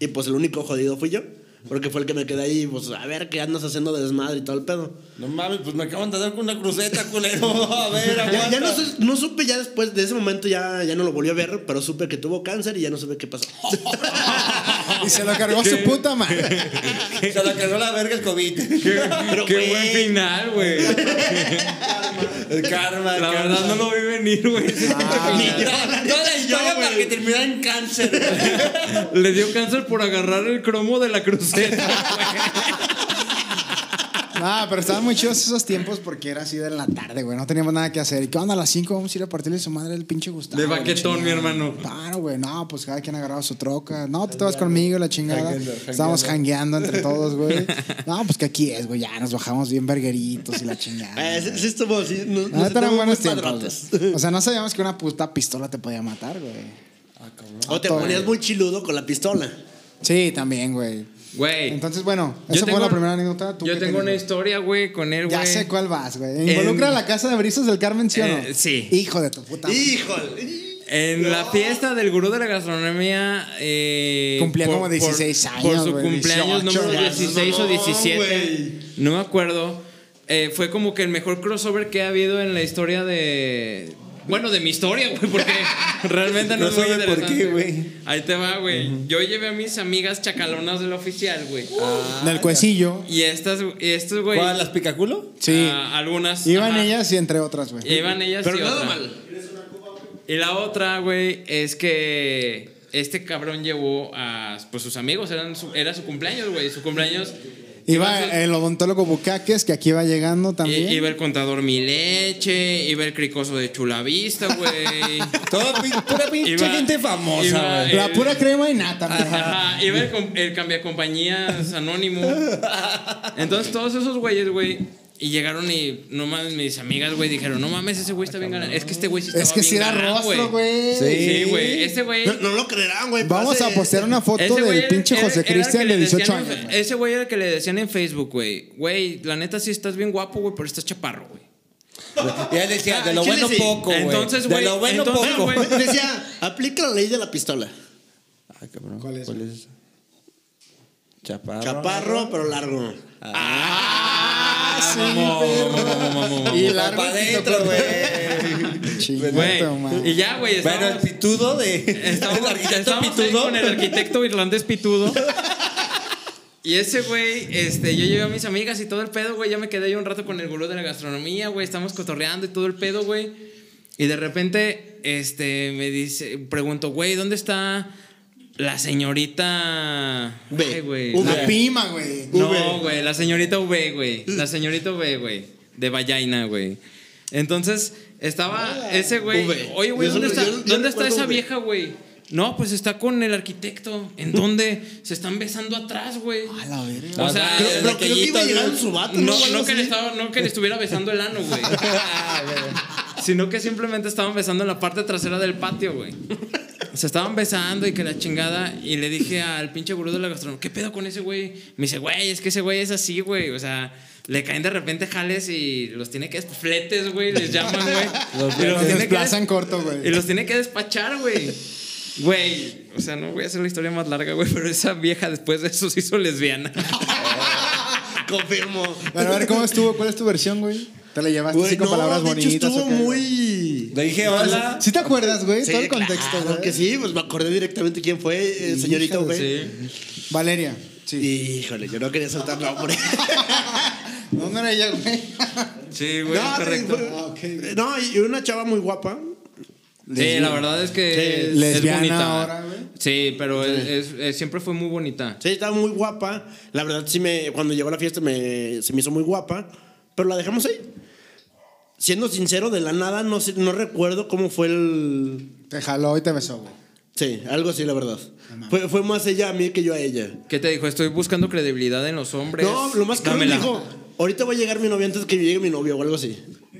D: Y pues el único jodido fui yo, porque fue el que me quedé ahí, pues a ver qué andas haciendo de desmadre y todo el pedo.
C: No mames, pues me acaban de dar con una cruceta, culero. A ver,
D: Ya,
C: aguanta.
D: ya no, su- no supe, ya después de ese momento ya, ya no lo volví a ver, pero supe que tuvo cáncer y ya no supe qué pasó.
A: Oh,
B: Y se lo cargó su puta madre.
C: Se la cargó la verga el COVID.
A: Qué,
D: Pero,
A: qué
D: güey.
A: buen final, güey.
C: El karma, el
A: La
C: karma.
A: verdad no lo vi venir, güey.
D: Ah.
C: Ni yo, Ah. toda la historia para que terminara en cáncer. güey.
A: Le dio cáncer por agarrar el cromo de la cruceta.
B: No, pero estaban muy chidos esos tiempos porque era así de la tarde, güey. No teníamos nada que hacer. ¿Y qué onda? A las 5 vamos a ir a partirle su madre el pinche Gustavo.
A: De baquetón,
B: la
A: mi hermano.
B: Claro, güey. No, pues cada quien agarraba su troca. No, tú te vas conmigo, la chingada.
C: Jangueando,
B: Estábamos jangueando entre todos, güey. No, pues que aquí es, güey. Ya nos bajamos bien vergueritos y la chingada.
D: Eh, sí, sí estuvo así. No,
B: La neta eran Ah, buenos tiempos.
D: padrotes.
B: güey. O sea, no sabíamos que una puta pistola te podía matar, güey.
D: O te
B: Todo.
D: ponías muy chiludo con la pistola.
B: Sí, también, güey.
A: Güey.
B: Entonces, bueno, esa fue la primera anécdota. ¿Tú
A: Yo
B: qué
A: tengo
B: tienes,
A: una
B: güey?
A: historia, güey, con él, güey.
B: Ya sé cuál vas, güey. ¿Involucra
A: En-
B: la casa de brisas del Carmen, sí o no?
A: Eh, sí.
B: Hijo de tu puta madre.
D: Híjole.
A: En la fiesta del gurú de la gastronomía. Eh,
B: Cumplía como 16
A: Por,
B: años,
A: su
B: güey,
A: cumpleaños
B: 18,
A: número
B: güey.
A: 16 o
D: No,
A: 17.
D: güey.
A: No me acuerdo. Eh, fue como que el mejor crossover que ha habido en la historia de. Bueno, de mi historia, güey, porque realmente no,
C: No
A: es muy
C: sabe por
A: interesante,
C: qué,
A: güey.
C: güey.
A: Ahí te va, güey. Yo llevé a mis amigas chacalonas del oficial, güey.
B: Del cuecillo.
A: Y estas, y estos, güey.
C: ¿Cuál? ¿Las picaculo?
B: Sí.
A: ah, algunas.
B: Iban
A: ajá.
B: ellas y entre otras, güey.
A: Iban ellas
D: Pero
A: y
D: nada
A: otra.
D: mal.
A: Y la otra, güey, es que este cabrón llevó a pues, sus amigos, eran su- era su cumpleaños, güey, su cumpleaños.
B: Iba
A: Iba-
B: el odontólogo Bucaques, que aquí va llegando también.
A: I- iba el contador Mileche, iba el cricoso de Chulavista, güey.
C: Toda pin- pura pinche
A: Iba-
C: gente famosa,
A: iba-
C: güey.
B: la
A: el-
B: pura crema y nata, güey.
A: Ajá, iba el, com- el cambiacompañías anónimo. Entonces todos esos güeyes, güey, y llegaron y no mames, mis amigas, güey, dijeron, no mames, ese güey está bien galán. Es que este güey sí estaba
B: Es que
A: bien
B: si era
A: galán,
B: rostro, güey.
A: Sí, güey, este güey...
D: No, no lo creerán, güey.
B: Vamos
D: pase-
B: a postear una foto
A: Ese güey
B: del
A: era-
B: pinche
A: era-
B: José
A: era el que
B: Cristian
A: le
B: de 18
A: decían en-
B: años. güey.
A: Ese güey era el que le decían en Facebook, güey. Güey, la neta sí estás bien guapo, güey, pero estás chaparro, güey.
C: Y él decía, de lo
D: Ah,
C: bueno
D: chile, sí.
C: poco, güey.
A: Entonces,
C: De
A: güey,
C: lo bueno
A: entonces,
C: poco.
A: güey.
D: Güey, Decía, aplica la ley de la pistola.
C: Ay, cabrón.
B: ¿Cuál es?
C: esa? Chaparro.
D: Chaparro, pero largo.
A: Ah, mamón, mamón, mamón, mamón.
B: Y
C: Pa'
B: largo
C: pa'
B: y
C: adentro, güey.
B: Chingado,
A: Güey, y
B: madre.
A: ya, güey,
C: Bueno, el
A: estábamos,
C: pitudo de.
A: estábamos-
C: el arquitecto
A: estábamos ahí
C: pitudo.
A: con el arquitecto irlandés pitudo. Y ese güey, este, yo llevé a mis amigas y todo el pedo, güey. Ya me quedé yo un rato con el gurú de la gastronomía, güey. Estamos cotorreando y todo el pedo, güey. Y de repente, este, me dice, pregunto, güey, ¿dónde está la señorita?
D: Ve.
A: Ay, güey.
D: V.
A: La-
B: La pima, güey.
A: no, güey, la señorita V, güey. La señorita V, güey. De Vallaina, güey. Entonces, estaba ese güey.
D: V.
A: Oye, güey,
D: Yo
A: ¿dónde
D: solo-
A: está,
D: yo- yo
A: ¿dónde está
D: recuerdo
A: esa
D: V.
A: vieja, güey? No, pues está con el arquitecto. ¿En dónde? Se están besando atrás, güey.
B: A la verga.
A: O sea,
C: Creo-
A: eh,
D: Pero creo que iba
C: aquellito,
D: llegando
C: ¿no?
D: su vato, ¿no?
A: no,
D: Algo
A: no, que le
D: así.
A: estaba- no que le estuviera besando el ano, güey. Sino que simplemente estaban besando en la parte trasera del patio, güey. Se estaban besando y que la chingada. Y le dije al pinche gurú de la gastronomía, ¿qué pedo con ese güey? Me dice, güey, es que ese güey es así, güey. O sea, le caen de repente jales y los tiene que. Fletes, güey, les llaman, güey.
C: Los
A: Y
B: Los
A: tiene que-
B: desplazan corto,
A: y
B: güey.
A: los tiene que despachar, güey. Güey, o sea, no voy a hacer la historia más larga, güey, pero esa vieja después de eso se hizo lesbiana.
D: Confirmo.
B: Bueno, a ver, ¿cómo estuvo? ¿Cuál es tu versión, güey? Te la llevaste
D: Güey,
B: así con
D: no,
B: palabras
D: de hecho,
B: bonitas.
D: Estuvo
B: ¿o qué, güey?
D: muy.
C: Le dije, hola.
B: ¿Sí te acuerdas, güey?
D: Sí,
B: Todo el contexto,
D: claro
B: güey.
D: que sí, pues me acordé directamente quién fue, eh,
B: Híjole,
D: señorita, güey.
A: Sí.
B: Valeria. Sí.
D: Híjole, yo no quería soltar nombre.
B: No, no era ella, güey.
A: Sí, güey,
D: no,
A: correcto.
D: fue-
B: Ah, ok.
D: no, y una chava muy guapa.
A: Sí, la verdad es que es- es,
B: lesbiana
A: bonita.
B: ahora, güey.
A: Sí, pero es- es- es- siempre fue muy bonita.
D: Sí, estaba muy guapa. La verdad, sí me, cuando llegó a la fiesta me, se me hizo muy guapa. Pero la dejamos ahí. Siendo sincero, de la nada no, sé- no recuerdo cómo fue el.
B: Te jaló y te besó, güey.
D: Sí, algo así, la verdad.
B: mames.
D: Fue, fue más ella a mí que yo a ella.
A: ¿Qué te dijo? Estoy buscando credibilidad en los hombres.
D: No, lo más caro me
A: Pues, Dámela.
D: dijo: Ahorita va a llegar mi novio antes que llegue mi novio o algo así.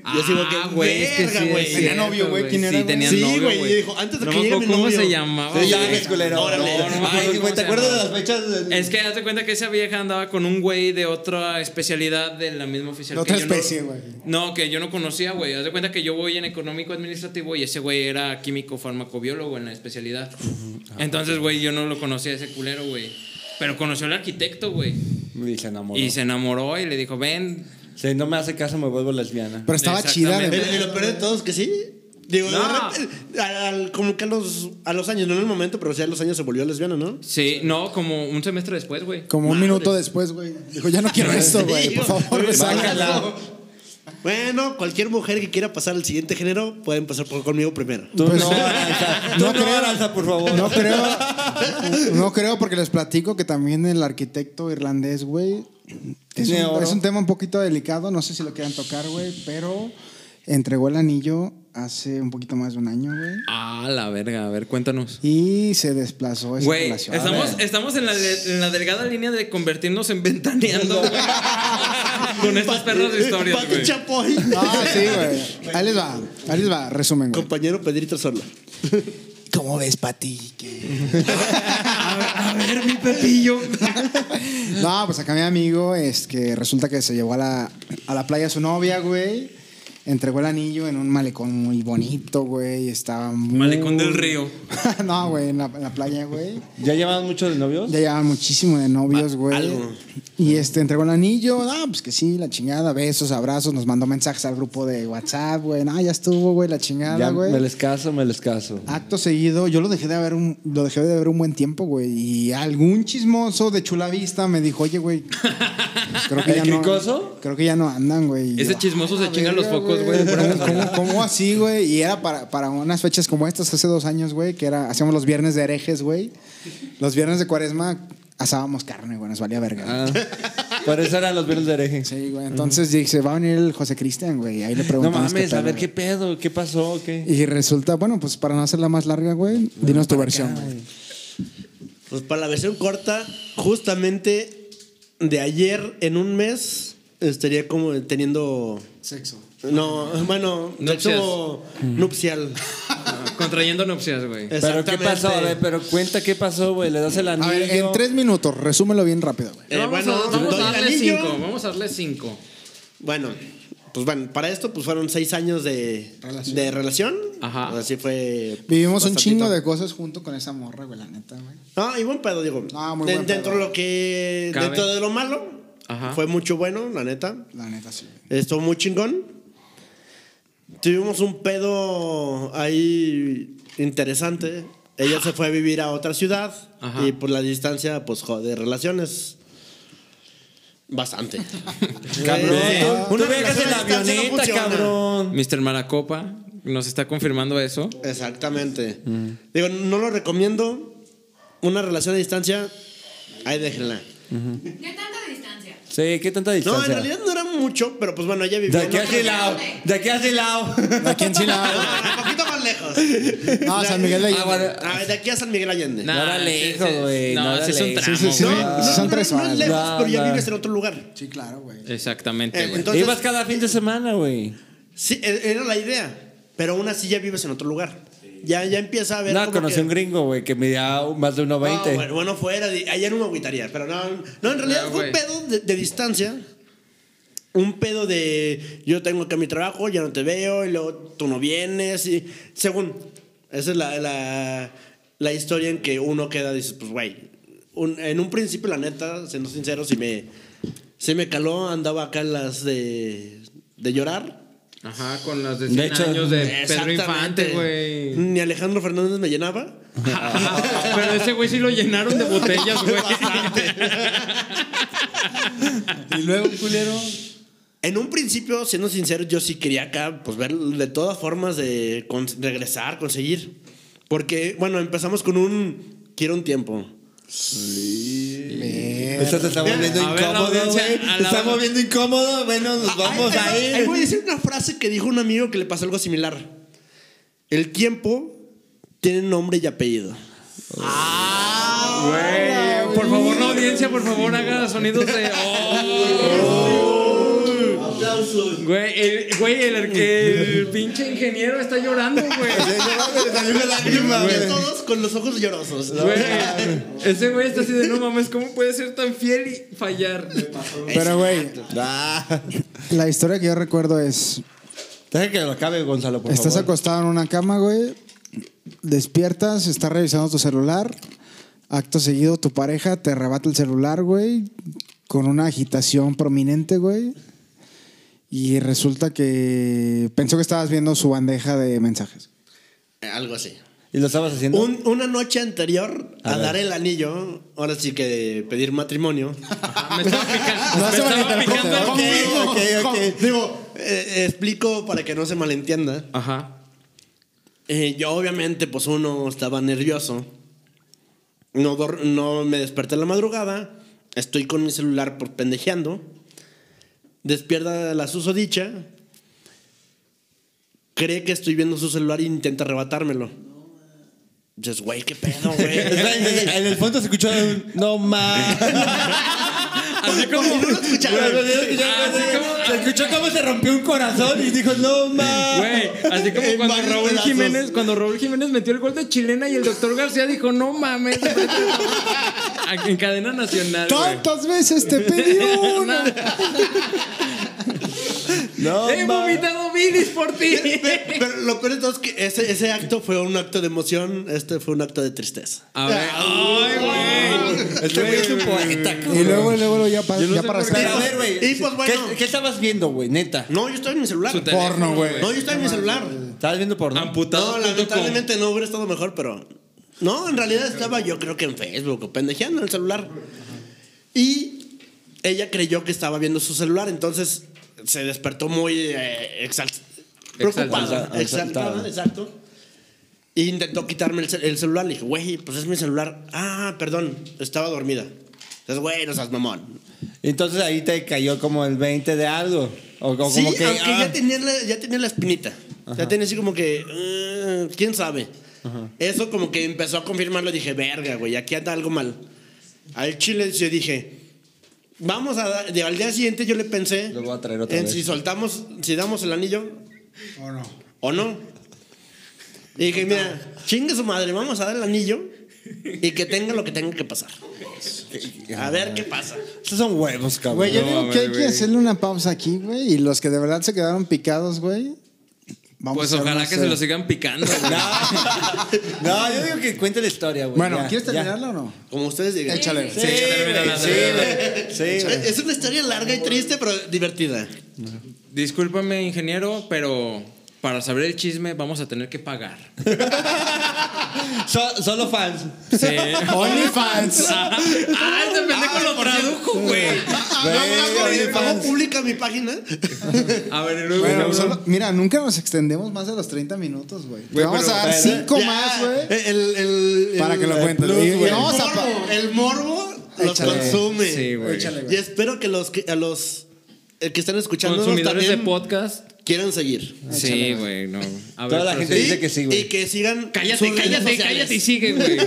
A: Ah,
D: yo sí, digo que,
A: güey, es que
D: "Verga,
A: sí,
D: güey".
A: es
B: Tenía
A: cierto,
B: novio, güey, ¿quién era,
A: Sí,
B: güey?
A: tenía
D: Sí,
A: novio,
D: güey,
A: güey.
D: y dijo, antes de
A: No
D: que
A: me
D: llegue
A: acuerdo
D: mi
A: ¿Cómo
D: novio.
A: se llamaba?
C: Sí, ya
A: güey.
C: ves, culero.
A: No, no
D: Órale.
A: me acuerdo
C: Ay,
A: cómo
C: güey, ¿te
A: se
C: acuerdas de
A: llamaba.
C: las fechas? del-
A: Es que haz de cuenta que esa vieja andaba con un güey de otra especialidad de la misma oficial.
B: De
A: que
B: otra
A: yo no-
B: especie, güey.
A: No, que yo no conocía, güey. Haz de cuenta que yo voy en económico administrativo y ese güey era químico farmacobiólogo en la especialidad. Entonces, güey, yo no lo conocía ese culero, güey. Pero conoció al arquitecto, güey.
C: Y se enamoró.
A: Y se enamoró y le dijo, ven.
C: Si no me hace caso, me vuelvo lesbiana.
B: Pero estaba chida,
A: Exactamente.
B: de
D: Pero- y lo peor de todo es que sí. Digo, de
A: No.
D: repente, al- al- como que a los, a los años, no en el momento, pero sí a los años se volvió lesbiana, ¿no?
A: Sí, no, como un semestre después, güey.
B: Como un
D: Madre.
B: minuto después, güey. Dijo, ya no quiero esto, güey. Por favor, me sácala.
D: Bueno, cualquier mujer que quiera pasar al siguiente género, pueden pasar por- conmigo primero.
C: Tú
B: Pues-
C: no, Aranza. Tú
B: No
C: no,
B: creo.
C: Aranza, por favor.
B: No creo. No creo porque les platico que también el arquitecto irlandés, güey, es
C: Tiene
B: un,
C: oro.
B: es un tema un poquito delicado, no sé si lo quieran tocar, güey, pero entregó el anillo hace un poquito más de un año, güey,
A: Ah, la verga. A ver, cuéntanos.
B: y se desplazó esa
A: Güey,
B: relación.
A: estamos, estamos en, la, de- en la delgada línea de convertirnos en ventaneando, güey. Con estos perros de historias,
D: Pati
A: güey.
D: Chapoy.
B: Ah, sí, güey. Ahí les va, ahí les va, resumen, güey.
D: Compañero Pedrito Sola.
B: ¿Cómo ves, Pati? que-
A: A ver, mi pepillo.
B: No, pues acá mi amigo, es que resulta que se llevó a la, a la playa su novia, güey. Entregó el anillo en un malecón muy bonito, güey. Estaba muy...
A: Malecón del río.
B: no, güey, en la, en la playa, güey.
C: ¿Ya llevaban mucho de novios?
B: Ya llevaban muchísimo de
A: Ah,
B: novios, güey.
D: algo.
B: Y este, entregó el anillo. Ah, pues que sí, la chingada. Besos, abrazos. Nos mandó mensajes al grupo de WhatsApp, güey. No, ya estuvo, güey, la chingada,
C: Ya
B: güey.
C: me les caso, me les caso.
B: Acto seguido, yo lo dejé de ver un, lo dejé de ver un buen tiempo, güey. Y algún chismoso de Chulavista me dijo, oye, güey. pues Creo
C: ¿El cricoso?
B: creo que ya no andan, güey. Y
A: Ese
B: yo,
A: chismoso
B: "Ah,
A: se
B: la
A: chinga los
B: verga,
A: focos, güey, de pura
B: ¿Cómo-
A: casualidad?"
B: ¿Cómo, cómo así, güey? Y era para, para unas fechas como estas hace dos años, güey, que era, hacíamos los viernes de herejes, güey. Los viernes de cuaresma asábamos carne, güey, nos valía verga.
C: Ah, por eso eran los viernes de hereje.
B: Sí, güey. Entonces dije, va a venir el José Cristian, güey. Ahí le
C: No
B: preguntamos.
C: mames,
B: pedo,
C: a ver
B: güey.
C: qué pedo, qué pasó, qué.
B: Y resulta, bueno, pues para no hacerla más larga, güey, dinos tu versión, güey.
D: Pues para la versión corta, justamente de ayer en un mes, estaría como teniendo.
B: Sexo.
D: No, bueno, sexo nupcial.
A: Contrayendo nupcias, güey.
C: Pero qué pasó, a
D: Exactamente.
C: ver, pero cuenta qué pasó, güey. Le das el anillo.
B: A ver, en tres minutos, resúmelo bien rápido, güey.
D: Eh,
A: vamos
D: bueno,
A: a, vamos a
D: doy el
A: darle
D: anillo.
A: cinco. Vamos a darle cinco.
D: Bueno, pues bueno, para esto pues fueron seis años de relación. De relación.
A: Ajá.
D: Pues así fue.
B: Vivimos un
D: bastantito.
B: chingo de cosas junto con esa morra, güey, la neta, güey.
D: No, y buen pedo, digo.
B: Ah, muy
D: De-
B: buen
D: dentro
B: pedo.
D: de lo que.
A: Cabe.
D: Dentro de lo malo.
A: Ajá.
D: Fue mucho bueno, la neta.
B: La neta, sí. güey.
D: Estuvo muy chingón. Tuvimos un pedo ahí interesante. Ella se fue a vivir a otra ciudad.
A: Ajá.
D: Y por la distancia, pues joder, relaciones. Bastante.
C: Cabrón,
D: Eh,
C: tú-
D: una
C: tú viajas
D: relación
C: en
D: a
C: la
D: distancia no
C: avioneta,
D: funciona.
C: cabrón.
A: Mr. Maracopa nos está confirmando eso.
D: Exactamente. Digo, no lo recomiendo. Una relación a distancia, ahí déjenla.
E: ¿Qué tanta distancia?
C: Sí, qué tanta
D: No, en
C: distancia.
D: realidad no era mucho, pero pues bueno, ella
C: de
D: vivía. en
C: aquí a
D: otro-
C: Silao, de aquí a Silao.
B: De aquí en China,
D: Ah, Un poquito más lejos.
B: güey. No, San Miguel de
C: Ah, bueno.
D: Ah, de aquí a San Miguel Allende.
A: Nah,
C: No era
A: sí,
C: lejos,
A: sí,
C: güey,
A: No,
C: no era
A: ese es un
C: lejos.
A: tramo,
B: Sí, sí, sí.
A: güey.
D: No,
B: Son
D: no,
B: tres
D: no, no
B: horas.
D: es lejos,
C: No,
D: pero ya
C: no.
D: vives en otro lugar.
B: Sí, claro, güey.
A: Exactamente,
D: Eh,
A: güey.
D: entonces-
C: Ibas cada fin de semana, güey.
D: Sí, e- era la idea. Pero aún así ya vives en otro lugar. Ya, ya empieza a ver.
C: No,
D: como
C: conocí
D: que-
C: un gringo, güey, que medía más de
D: No,
C: 1.20.
D: bueno, bueno, fuera. de- Ayer no me agüitaría, pero no. No, en realidad
A: Ah,
D: fue un
A: güey.
D: pedo de, de distancia. Un pedo de yo tengo acá mi trabajo, ya no te veo, y luego tú no vienes. Y, según. Esa es la, la, la historia en que uno queda, dices, pues, güey. un- en un principio, la neta, siendo sincero, si me, si me caló, andaba acá en las de de llorar.
A: Ajá, con las de 100
C: De hecho,
A: años de Pedro
D: Exactamente.
A: Infante, güey.
D: Ni Alejandro Fernández me llenaba.
A: Pero ese güey sí lo llenaron de botellas, güey.
C: Y luego, culero.
D: En un principio, siendo sincero, yo sí quería acá, pues ver de todas formas de con- regresar, conseguir. Porque, bueno, empezamos con un quiero un tiempo.
C: Esto te está moviendo
A: A ver, la
C: incómodo,
A: audiencia,
C: güey.
A: a la
C: Te está
A: hora-
C: moviendo incómodo. Bueno, nos vamos a
D: Ahí
C: ir.
D: voy a decir una frase que dijo un amigo que le pasó algo similar. El tiempo tiene nombre y apellido.
A: Güey, por favor, la audiencia, por favor, haga sonidos de. ¡Oh! Güey, el, güey, el, el pinche ingeniero está llorando, güey.
C: Me salió una lágrima, güey.
D: Todos con los ojos llorosos. Eh,
A: Güey, ese güey está así de no mames, ¿cómo puede ser tan fiel y fallar?
B: Pero, güey,
C: Ah,
B: la historia que yo recuerdo es:
C: deja que lo acabe, Gonzalo, por
B: estás
C: favor.
B: acostado en una cama, güey. Despiertas, estás revisando tu celular. Acto seguido, tu pareja te arrebata el celular, güey. Con una agitación prominente, güey. Y resulta que pensó que estabas viendo su bandeja de mensajes.
D: Eh, Algo así.
C: ¿Y lo estabas haciendo?
D: Un- una noche anterior a,
C: A ver.
D: dar el anillo, ahora sí que de pedir matrimonio.
A: Me estaba picando,
B: No
A: me
B: se
A: estaba
B: malinterprete,
A: picando el
B: ¿no?
A: ombligo.
C: ok, ok.
D: Digo, eh, explico para que no se malentienda.
A: Ajá.
D: Eh, yo obviamente, pues uno estaba nervioso. No, dor- no me desperté en la madrugada. Estoy con mi celular por pendejeando. Despierta la susodicha. Cree que estoy viendo su celular e intenta arrebatármelo. Dices, güey, qué pedo, güey.
C: En el fondo se escuchó un. No más.
A: Así como.
D: no lo escucharon.
A: Güey, así como-
C: Se escuchó cómo se rompió un corazón y dijo, no más.
A: Güey, así como
C: En
A: cuando
C: varios
A: Raúl
C: pedazos.
A: Jiménez, cuando Raúl Jiménez metió el gol de chilena y el doctor García dijo, no mames. en cadena nacional. güey.
B: ¡Tantas veces te pedí una!
C: No
A: He
C: más.
A: vomitado bilis por ti.
D: Pero lo peor de todo es que ese, ese acto fue un acto de emoción, este fue un acto de tristeza.
A: A ver. Ay, güey.
C: Este güey es un poeta,
B: Y luego, luego, luego ya, pa-
A: Yo no
B: ya
A: sé
B: para
A: por qué.
C: Pero
B: estar.
C: a ver, güey.
D: Y pues, bueno.
C: ¿Qué, qué estabas viendo, güey? Neta.
D: No, yo estaba en mi celular.
A: Su teléfono,
B: Porno, güey.
D: No, yo estaba en mi celular.
C: Estabas viendo por
D: No,
A: Amputado.
D: lamentablemente no hubiera estado mejor, pero. No, en realidad estaba yo creo que en Facebook o pendejeando en el celular. Y ella creyó que estaba viendo su celular, entonces se despertó muy eh, exal- preocupada,
C: Exaltada.
D: exaltada, exacto. E intentó quitarme el, ce- el celular. Le dije, güey, pues es mi celular. Ah, perdón, estaba dormida. Entonces, güey, no seas mamón.
C: Entonces ahí te cayó como el 20 de algo. O, o
D: sí,
C: como que.
D: aunque
C: ah,
D: ya, tenía la, ya tenía la espinita. Ya tenía así como que, "Ah, quién sabe. Eso como que empezó a confirmarlo. Dije, verga, güey, aquí anda algo mal. Al chile yo dije, vamos a dar. de- al día siguiente yo le pensé.
C: Lo voy a traer otra
D: en
C: vez.
D: Si soltamos, si damos el anillo. O no. O no. Y dije, mira, chingue su madre, vamos a dar el anillo. Y que tenga lo que tenga que pasar. A ver qué pasa.
C: Estos son huevos, cabrón.
B: Güey, yo
A: No,
B: digo que hay
A: mames,
B: que
A: güey.
B: hacerle una pausa aquí, güey. Y los que de verdad se quedaron picados, güey. Vamos
A: Pues
B: a hacer
A: ojalá
B: una
A: que se
B: serie.
A: lo sigan picando. güey.
C: No, yo digo que cuente la historia, güey.
B: Bueno,
C: ya,
B: ¿quieres
C: ya.
B: terminarla o no?
D: Como ustedes digan.
B: Échale.
A: Sí, termínala,
C: Sí,
A: termínala.
C: güey. Sí, güey.
D: Es una historia larga y triste, pero divertida.
A: Discúlpame, ingeniero, pero para saber el chisme vamos a tener que pagar.
C: So- solo fans.
A: Sí.
B: OnlyFans.
A: Ah, ese pendejo lo tradujo, güey.
D: Ah,
C: Güey,
D: Oye, ¿Cómo
C: OnlyFans.
D: publica mi página?
A: A ver, y luego.
B: Bueno,
A: luego-
B: solo- mira, nunca nos extendemos más de los 30 minutos, güey. Te
C: Güey,
B: vamos
C: pero-
B: a dar
C: pero-
B: 5
D: Ya,
B: más, güey.
D: El, el, el-
B: Para que lo
D: el
B: cuentes.
D: plus,
B: Y-
D: güey.
B: y vamos
D: el,
B: a pa-
D: morbo, el morbo los
B: Échale.
D: consume.
A: Sí, güey.
B: Échale,
D: y
B: güey.
D: espero que los que, a los eh, que están escuchando
A: Consumidores de
D: también Ah,
A: podcast.
D: quieran seguir.
A: Sí, güey, no. A
C: Toda la
A: pero
C: gente
A: sí.
C: dice que sí, güey.
D: Y que sigan. sus
A: Cállate,
D: redes
A: cállate,
D: sociales.
A: cállate y sigue, güey.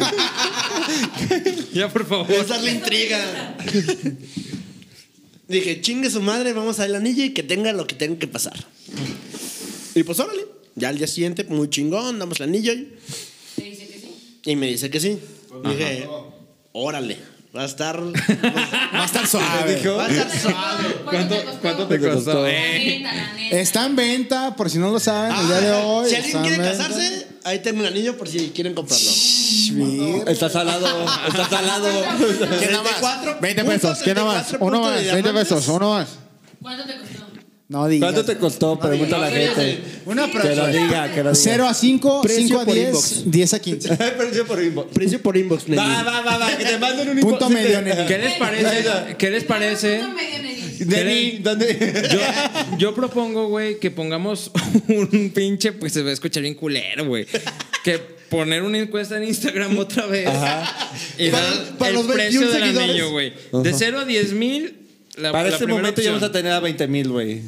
A: ya, por favor.
D: Esa es la intriga. Dije, chingue su madre, vamos a el anillo y que tenga lo que tenga que pasar. Y pues órale, ya al día siguiente, muy chingón, damos el anillo y,
E: ¿Te dice que sí?
D: y me dice que sí. Dije, órale, va a estar...
B: Va a estar suave.
D: Va a estar suave.
A: ¿Cuánto, cuánto te costó?
E: La
A: Eh,
E: neta, la neta.
B: Está en venta, por si no lo saben, el día de
A: Ah,
B: hoy.
D: Ah, si
B: está
D: alguien
B: en
D: quiere
B: venta.
D: casarse, ahí tengo el anillo por si quieren comprarlo.
B: Shh, vir-
C: Está salado. Está salado.
D: ¿Qué nada más?
B: 20 pesos, ¿qué nada más? Uno más, 20 pesos, uno más.
E: ¿Cuánto te costó?
B: No digas.
C: ¿Cuánto te costó? Pregunta a la gente.
B: Una
C: Que lo
B: pregunta.
C: diga, que lo diga.
B: 0 a 5,
D: Precio
B: 5 a
D: por
B: 10,
D: inbox.
B: 10 a 15.
C: Precio por inbox.
D: Precio por inbox, nene.
C: Va, va, va, va, que te manden un inbox.
B: Punto medio, Neni.
A: ¿Qué les parece? ¿Qué les parece?
E: Punto medio, Nelly.
C: Neni, ¿dónde?
A: Yo, yo propongo, güey, que pongamos un pinche, pues se va a escuchar bien culero, güey. Que poner una encuesta en Instagram otra vez. Y
C: Para-
A: dar
C: para
A: el
C: los
A: precio
C: 21
A: del
C: seguidores.
A: anillo, güey. De 0 a 10 mil, la,
C: Para
A: la
C: este
A: primera
C: momento ya
A: opción.
C: vamos a tener a 20 mil, güey.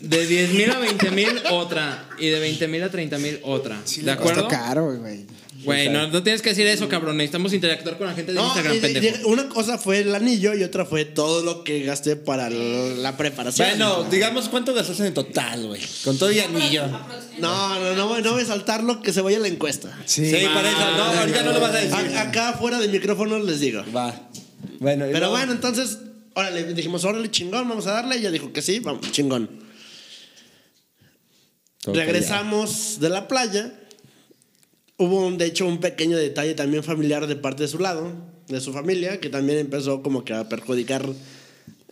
A: De 10 mil a 20 mil, otra. Y de 20 mil a 30 mil, otra. ¿De acuerdo?
B: Está caro, güey.
A: Güey, no, no tienes que decir eso, cabrón. Necesitamos interactuar con la gente de
D: No,
A: Instagram,
D: y- y-
A: pendejo.
D: una cosa fue el anillo y otra fue todo lo que gasté para la preparación.
C: Bueno, Eh, digamos cuánto gastaste en total, güey. Con todo y anillo.
E: Aprox-
D: No, no, no, voy- no voy a saltar lo que se vaya la encuesta.
B: Sí.
C: Sí, para eso. No, ahorita no lo vas a decir.
D: A- acá fuera de micrófono les digo.
C: Ah, Va. Bueno, y
D: Pero
C: luego-
D: bueno, entonces, órale, dijimos, órale, chingón, vamos a darle. Ella dijo que sí, vamos, chingón.
C: Ok,
D: Regresamos de la playa. Hubo, un, de hecho, un pequeño detalle también familiar de parte de su lado, de su familia, que también empezó como que a perjudicar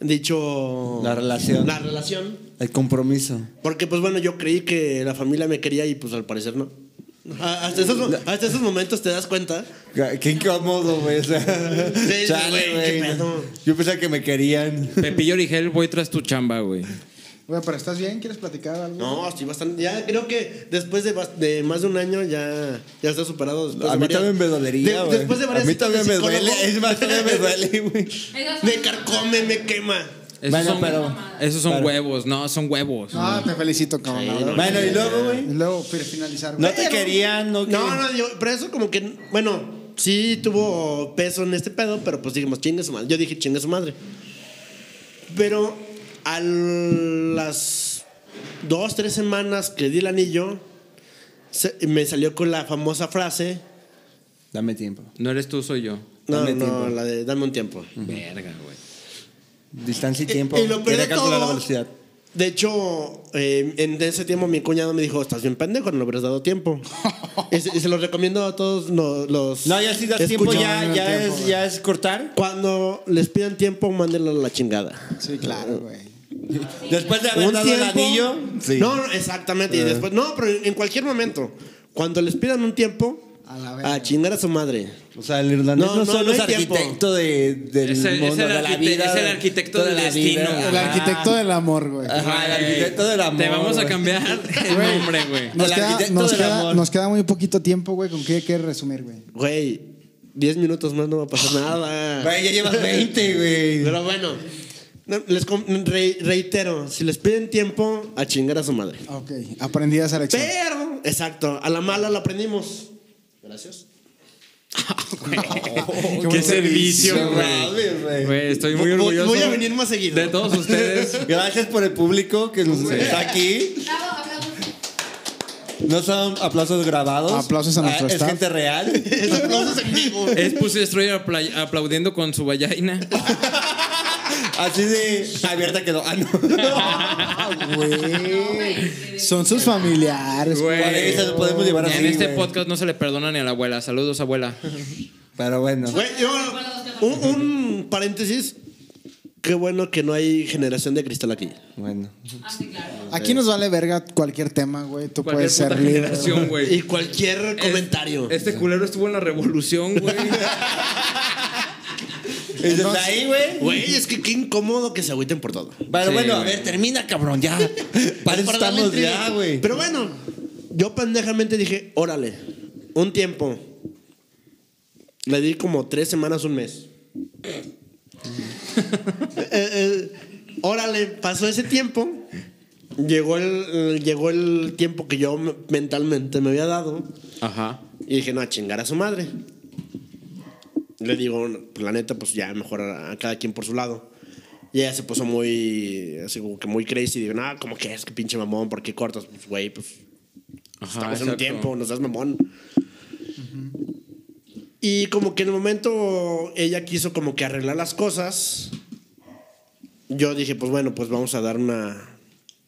D: dicho...
C: La relación.
D: La relación.
C: ya. El compromiso.
D: Porque, pues bueno, yo creí que la familia me quería y pues al parecer no. A- Hasta esos, mo- hasta esos momentos te das cuenta.
C: Qué incómodo, güey. o sea,
D: sí,
C: chale,
D: güey, qué
C: güey.
D: pedo.
C: Yo pensaba que me querían.
A: Pepillo Origel, voy tras tu chamba, güey.
B: Güey, pero ¿estás bien? ¿Quieres platicar algo?
D: No, estoy bastante. Ya creo que después de, bas- de más de un año ya, ya está superado. después
C: A
D: de
C: mí
D: varias-
C: también me
D: de-
C: dolería, güey.
D: después de
C: A
D: varias
C: mí
D: citas
C: también
D: de
C: me duele.
D: psicólogo.
C: Es más, todavía me duele, güey.
E: Esas son-
D: Me carcome, me quema.
A: Esos
C: Bueno,
A: son,
C: pero-
A: esos son
C: pero-
A: huevos. No, son huevos.
B: No, Ah, te felicito, cabrón. la verdad.
C: Bueno, y luego, güey.
B: Y luego, para finalizar,
C: No
B: güey.
C: te querían, no.
D: No, no, yo, pero eso como que. Bueno, sí tuvo peso en este pedo, pero pues dijimos, chingue su madre. Yo dije, chingue su madre. Pero a las dos, tres semanas que di el anillo, se- me salió con la famosa frase.
C: Dame tiempo.
A: No eres tú, soy yo.
D: No,
C: Dame
D: no,
C: tiempo.
D: la de dame un tiempo.
A: Verga, güey.
C: Distancia y tiempo.
D: Y lo peor
C: Quería
D: de
C: calcular la
D: todo,
C: velocidad.
D: De hecho, eh, en ese tiempo mi cuñado me dijo, estás bien pendejo, no le hubieras dado tiempo. y, se, y se lo recomiendo a todos lo- los...
C: No, ya si das
D: escuchas.
C: tiempo, ya,
B: no,
C: ya,
B: tiempo,
C: es,
B: güey.
C: ya es cortar.
D: Cuando les pidan tiempo, mándenlo a la chingada.
B: Sí, claro, güey.
C: Después de haber dado el anillo. Ah.
D: No, no, exactamente. Y después, no, pero en cualquier momento. Cuando les pidan un tiempo,
B: A la
D: a,
B: verga.
D: chingar a su madre.
C: O sea, el irlandés no,
D: No, no,
C: solo
D: no hay
C: es
D: tiempo.
C: arquitecto de, del
A: Es el- es
C: mundo,
A: el
C: de la
A: arquite-
C: vida.
A: es el
C: de-
A: arquitecto
C: toda
A: del
C: la
A: destino,
C: vida.
A: güey.
B: El arquitecto del amor, güey.
C: Ajá, el
A: Güey,
C: arquitecto del amor.
A: Te vamos a
C: güey.
A: cambiar el nombre, güey.
B: Nos
C: El
B: queda,
C: arquitecto
B: nos
C: del
B: queda-
C: amor.
B: nos queda muy poquito tiempo, güey. ¿Con qué quieres resumir, güey?
D: Güey, 10 minutos más no va a pasar nada.
C: Güey, ya llevas 20, güey.
D: Pero bueno, no, les com- re- reitero, si les piden tiempo, a chingar a su madre.
B: Ok, aprendí a hacer Excel.
D: Pero, exacto, a la mala la aprendimos. Gracias.
A: Qué, servicio,
C: mames, güey.
A: güey. Güey, estoy muy
D: Voy-
A: orgulloso.
D: voy a venir más seguido.
A: De todos ustedes.
C: Gracias por el público que nos está aquí.
E: Bravo, aplausos.
C: No son aplausos grabados.
B: Aplausos a nuestro
C: Ah, Es
B: staff.
C: gente real.
D: Es aplausos en vivo.
A: Es Pussy Destroyer apla- aplaudiendo con su vallaina.
C: Así de abierta quedó. Ah, no.
E: No, güey.
B: Son sus familiares, güey.
C: Por eso lo podemos llevar así,
A: En este
C: güey.
A: podcast no se le perdona ni a la abuela. Saludos, abuela.
C: Pero bueno.
D: Güey, yo- un, un paréntesis. Qué bueno que no hay generación de cristal aquí.
C: Bueno.
E: Ah, sí, claro.
B: Aquí nos vale verga cualquier tema, güey. Tú
A: Cualquier
B: puedes ser
A: puta
B: libre.
A: generación, güey.
D: Y cualquier comentario.
A: Este culero estuvo en la revolución, güey.
C: Y desde ahí, güey.
D: Güey, es que qué incómodo que se agüiten por todo.
C: Pero
A: Sí,
C: bueno, a
A: güey.
C: ver, termina, cabrón, ya. Para eso
D: Para darle
C: estamos
D: intriga.
C: ya, güey.
D: Pero bueno, yo pendejamente dije, órale, un tiempo. Le di como tres semanas, un mes. Eh, eh, órale, pasó ese tiempo. Llegó el, eh, llegó el tiempo que yo me- mentalmente me había dado.
A: Ajá.
D: Y dije, no, a chingar a su madre. Le digo, "No, pues, la neta, pues ya mejor a, a cada quien por su lado. Y ella se puso muy, así como que muy crazy. Digo, no, ¿cómo que es? ¿Qué pinche mamón? ¿Por qué cortas? Pues, güey, pues
A: Ajá,
D: estamos en
A: exacto.
D: un tiempo, no seas mamón. Y como que en el momento ella quiso como que arreglar las cosas. Yo dije, pues bueno, pues vamos a dar una...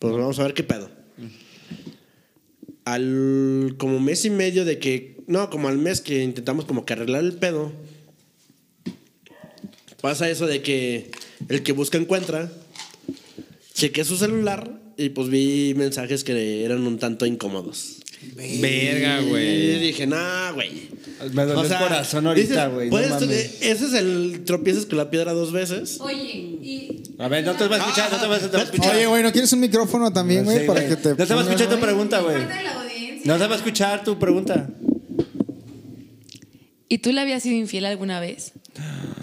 D: Pues vamos a ver qué pedo. Al como mes y medio de que... No, como al mes que intentamos como que arreglar el pedo. Pasa eso de que el que busca encuentra. Chequé su celular y pues vi mensajes que eran un tanto incómodos.
A: Verga,
D: Y
A: güey.
D: dije, nah, güey.
C: Me dolió el corazón ahorita,
D: dices,
C: güey. No
D: puedes-
C: mames.
D: ese es el tropiezas con la piedra dos veces.
E: Oye, y.
C: A ver, no te va a escuchar, no te va a no te va a escuchar.
B: Oye, güey, ¿no quieres un micrófono también, güey?
C: Sí,
B: para
C: güey.
B: que te.
C: No te va a
B: pongas,
C: escuchar tu
B: güey?
C: pregunta,
E: Por
C: güey.
E: parte de la audiencia.
C: No te va a escuchar tu pregunta.
E: ¿Y tú le habías sido infiel alguna vez?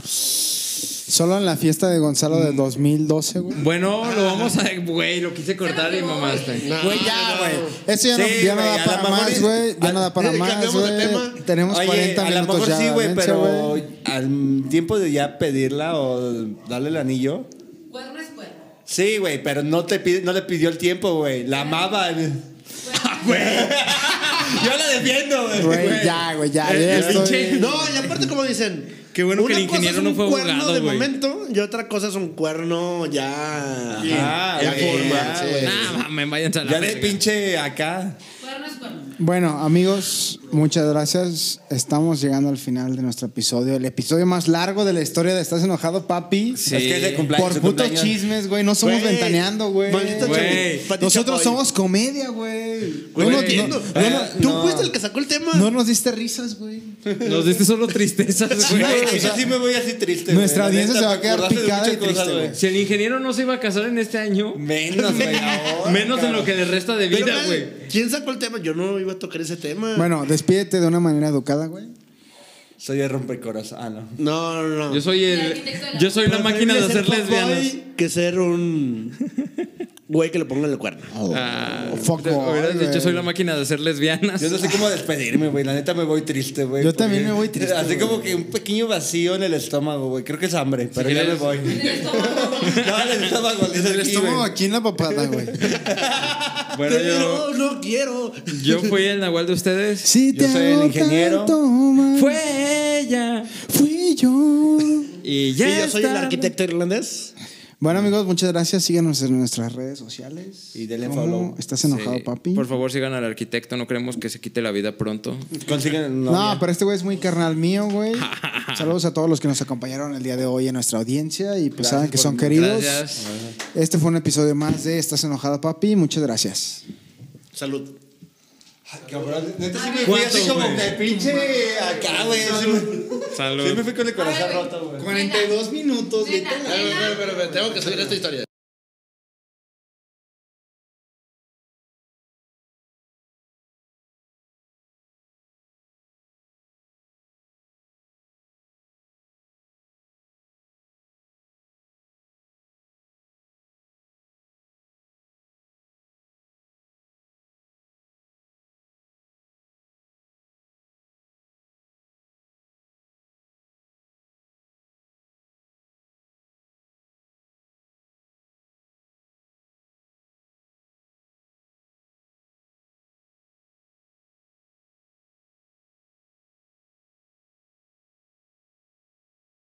B: Solo en la fiesta de Gonzalo
C: Mm.
B: del 2012, güey.
A: Bueno, lo vamos a. Güey, lo quise cortar y mamaste.
D: Güey,
B: Ya, güey. Eso ya, no,
C: Sí, Ah,
B: ya no
C: güey,
B: da
C: a
B: para
C: la mejor
B: más,
C: es-
B: güey. Ya
C: a-
B: no da para
D: eh,
B: más,
D: cambiamos de tema.
B: güey. Tenemos
C: Oye,
B: 40
C: a lo
B: minutos
C: mejor
B: ya.
C: sí, güey,
B: vence,
C: pero
B: güey.
C: al tiempo de ya pedirla o darle el anillo.
E: Cuerno es cuerno.
C: Sí, güey, pero no, te pide- no le pidió el tiempo, güey. La amaba. Yo la defiendo, güey.
B: Güey, ya, güey, ya. ya
A: el
B: estoy-
A: pinche-
D: No, y aparte como dicen.
A: Qué bueno que el
D: una cosa
A: ingeniero
D: es
A: no
D: un
A: fue
D: cuerno
A: abogado,
D: de
A: güey.
D: momento y otra cosa es un cuerno ya.
C: Ajá,
A: Ah,
D: en
C: güey,
D: forma.
C: ya,
D: güey.
A: Nah, mames, váyanse a la
C: Ya de
A: verga.
C: pinche acá.
E: Cuerno es cuerno.
B: Bueno, amigos, muchas gracias. Estamos llegando al final de nuestro episodio. El episodio más largo de la historia de Estás enojado, papi.
A: Sí.
C: Es que es de cumpleaños.
B: Por
C: su
B: putos
C: cumpleaños.
B: chismes, güey. No somos
D: Güey,
B: ventaneando, güey.
D: maldita
A: Güey.
D: chapu- Pati
B: Nosotros
D: Chapoy.
B: somos comedia, güey.
D: Güey,
B: No,
D: no
B: no,
D: entiendo.
B: no,
D: Eh,
B: no,
D: Tú
C: no.
D: fuiste el que sacó el tema.
B: no nos diste risas, güey.
A: Nos diste solo tristezas,
C: Güey,
A: güey.
C: yo sí me voy así triste.
B: Nuestra
C: güey. La
B: audiencia
C: neta,
B: se va a
C: te
B: quedar
C: acordaste de
B: picada
C: muchas
B: y triste, güey.
A: Si el ingeniero no se iba a casar en este año,
C: Menos, güey. ahora,
A: menos en
C: cabrón.
A: lo que le resta de
D: Pero,
A: vida,
D: güey,
A: güey.
D: ¿Quién sacó el tema? Yo no iba a tocar ese tema.
B: Bueno, despídete de una manera educada, güey.
C: Soy de rompecorazón. Ah, no.
D: No, no, no.
A: Yo soy el. Yo soy la máquina de hacer
D: Preferible ser
A: lesbianas.
D: fuckboy Que ser un güey que le pongan el cuerno.
A: Ah,
B: Fuck
A: te- hubieras
B: boy,
A: dicho,
B: güey.
A: soy la máquina de hacer lesbianas.
C: Yo no sé cómo despedirme, güey. La neta me voy triste, güey.
B: Yo también
C: porque-
B: me voy triste,
C: Así
B: güey.
C: como que un pequeño vacío en el estómago, güey. Creo que es hambre, pero ya me
A: quieres-
C: voy.
E: En el estómago.
C: No, en el estómago.
B: En el
C: este,
B: estómago aquí en la papada, güey.
A: Bueno, yo,
D: No, no quiero.
A: yo fui el Nahual de ustedes.
B: Si
C: Yo soy el
B: hago
C: ingeniero.
B: tanto mal,
A: Fue ella.
B: fui yo.
A: Y
D: Sí,
A: ya.
D: yo soy el
A: está.
D: arquitecto irlandés.
B: Bueno, amigos, muchas gracias. Síganos en nuestras redes sociales.
C: Y denle
B: ¿Cómo?
C: follow.
B: ¿Estás enojado,
A: Sí,
B: papi?
A: Por favor, sigan al arquitecto. No queremos que se quite la vida pronto.
C: Consiguen
B: No,
C: novia.
B: pero este güey es muy carnal mío, güey. Saludos a todos los que nos acompañaron el día de hoy en nuestra audiencia y pues saben que son queridos.
A: Gracias.
B: Este fue un episodio más de Estás enojado, papi. Muchas gracias.
D: Salud.
C: Ah, Cabrón, neta sí me fui así
A: ¿Cuánto,
C: como
A: güey?
C: que pinche acá, güey. Sí me-
A: Salud.
C: Sí me fui con el corazón roto, güey.
E: Neta,
B: 42 minutos,
E: neta, neta.
D: Tengo que subir esta historia.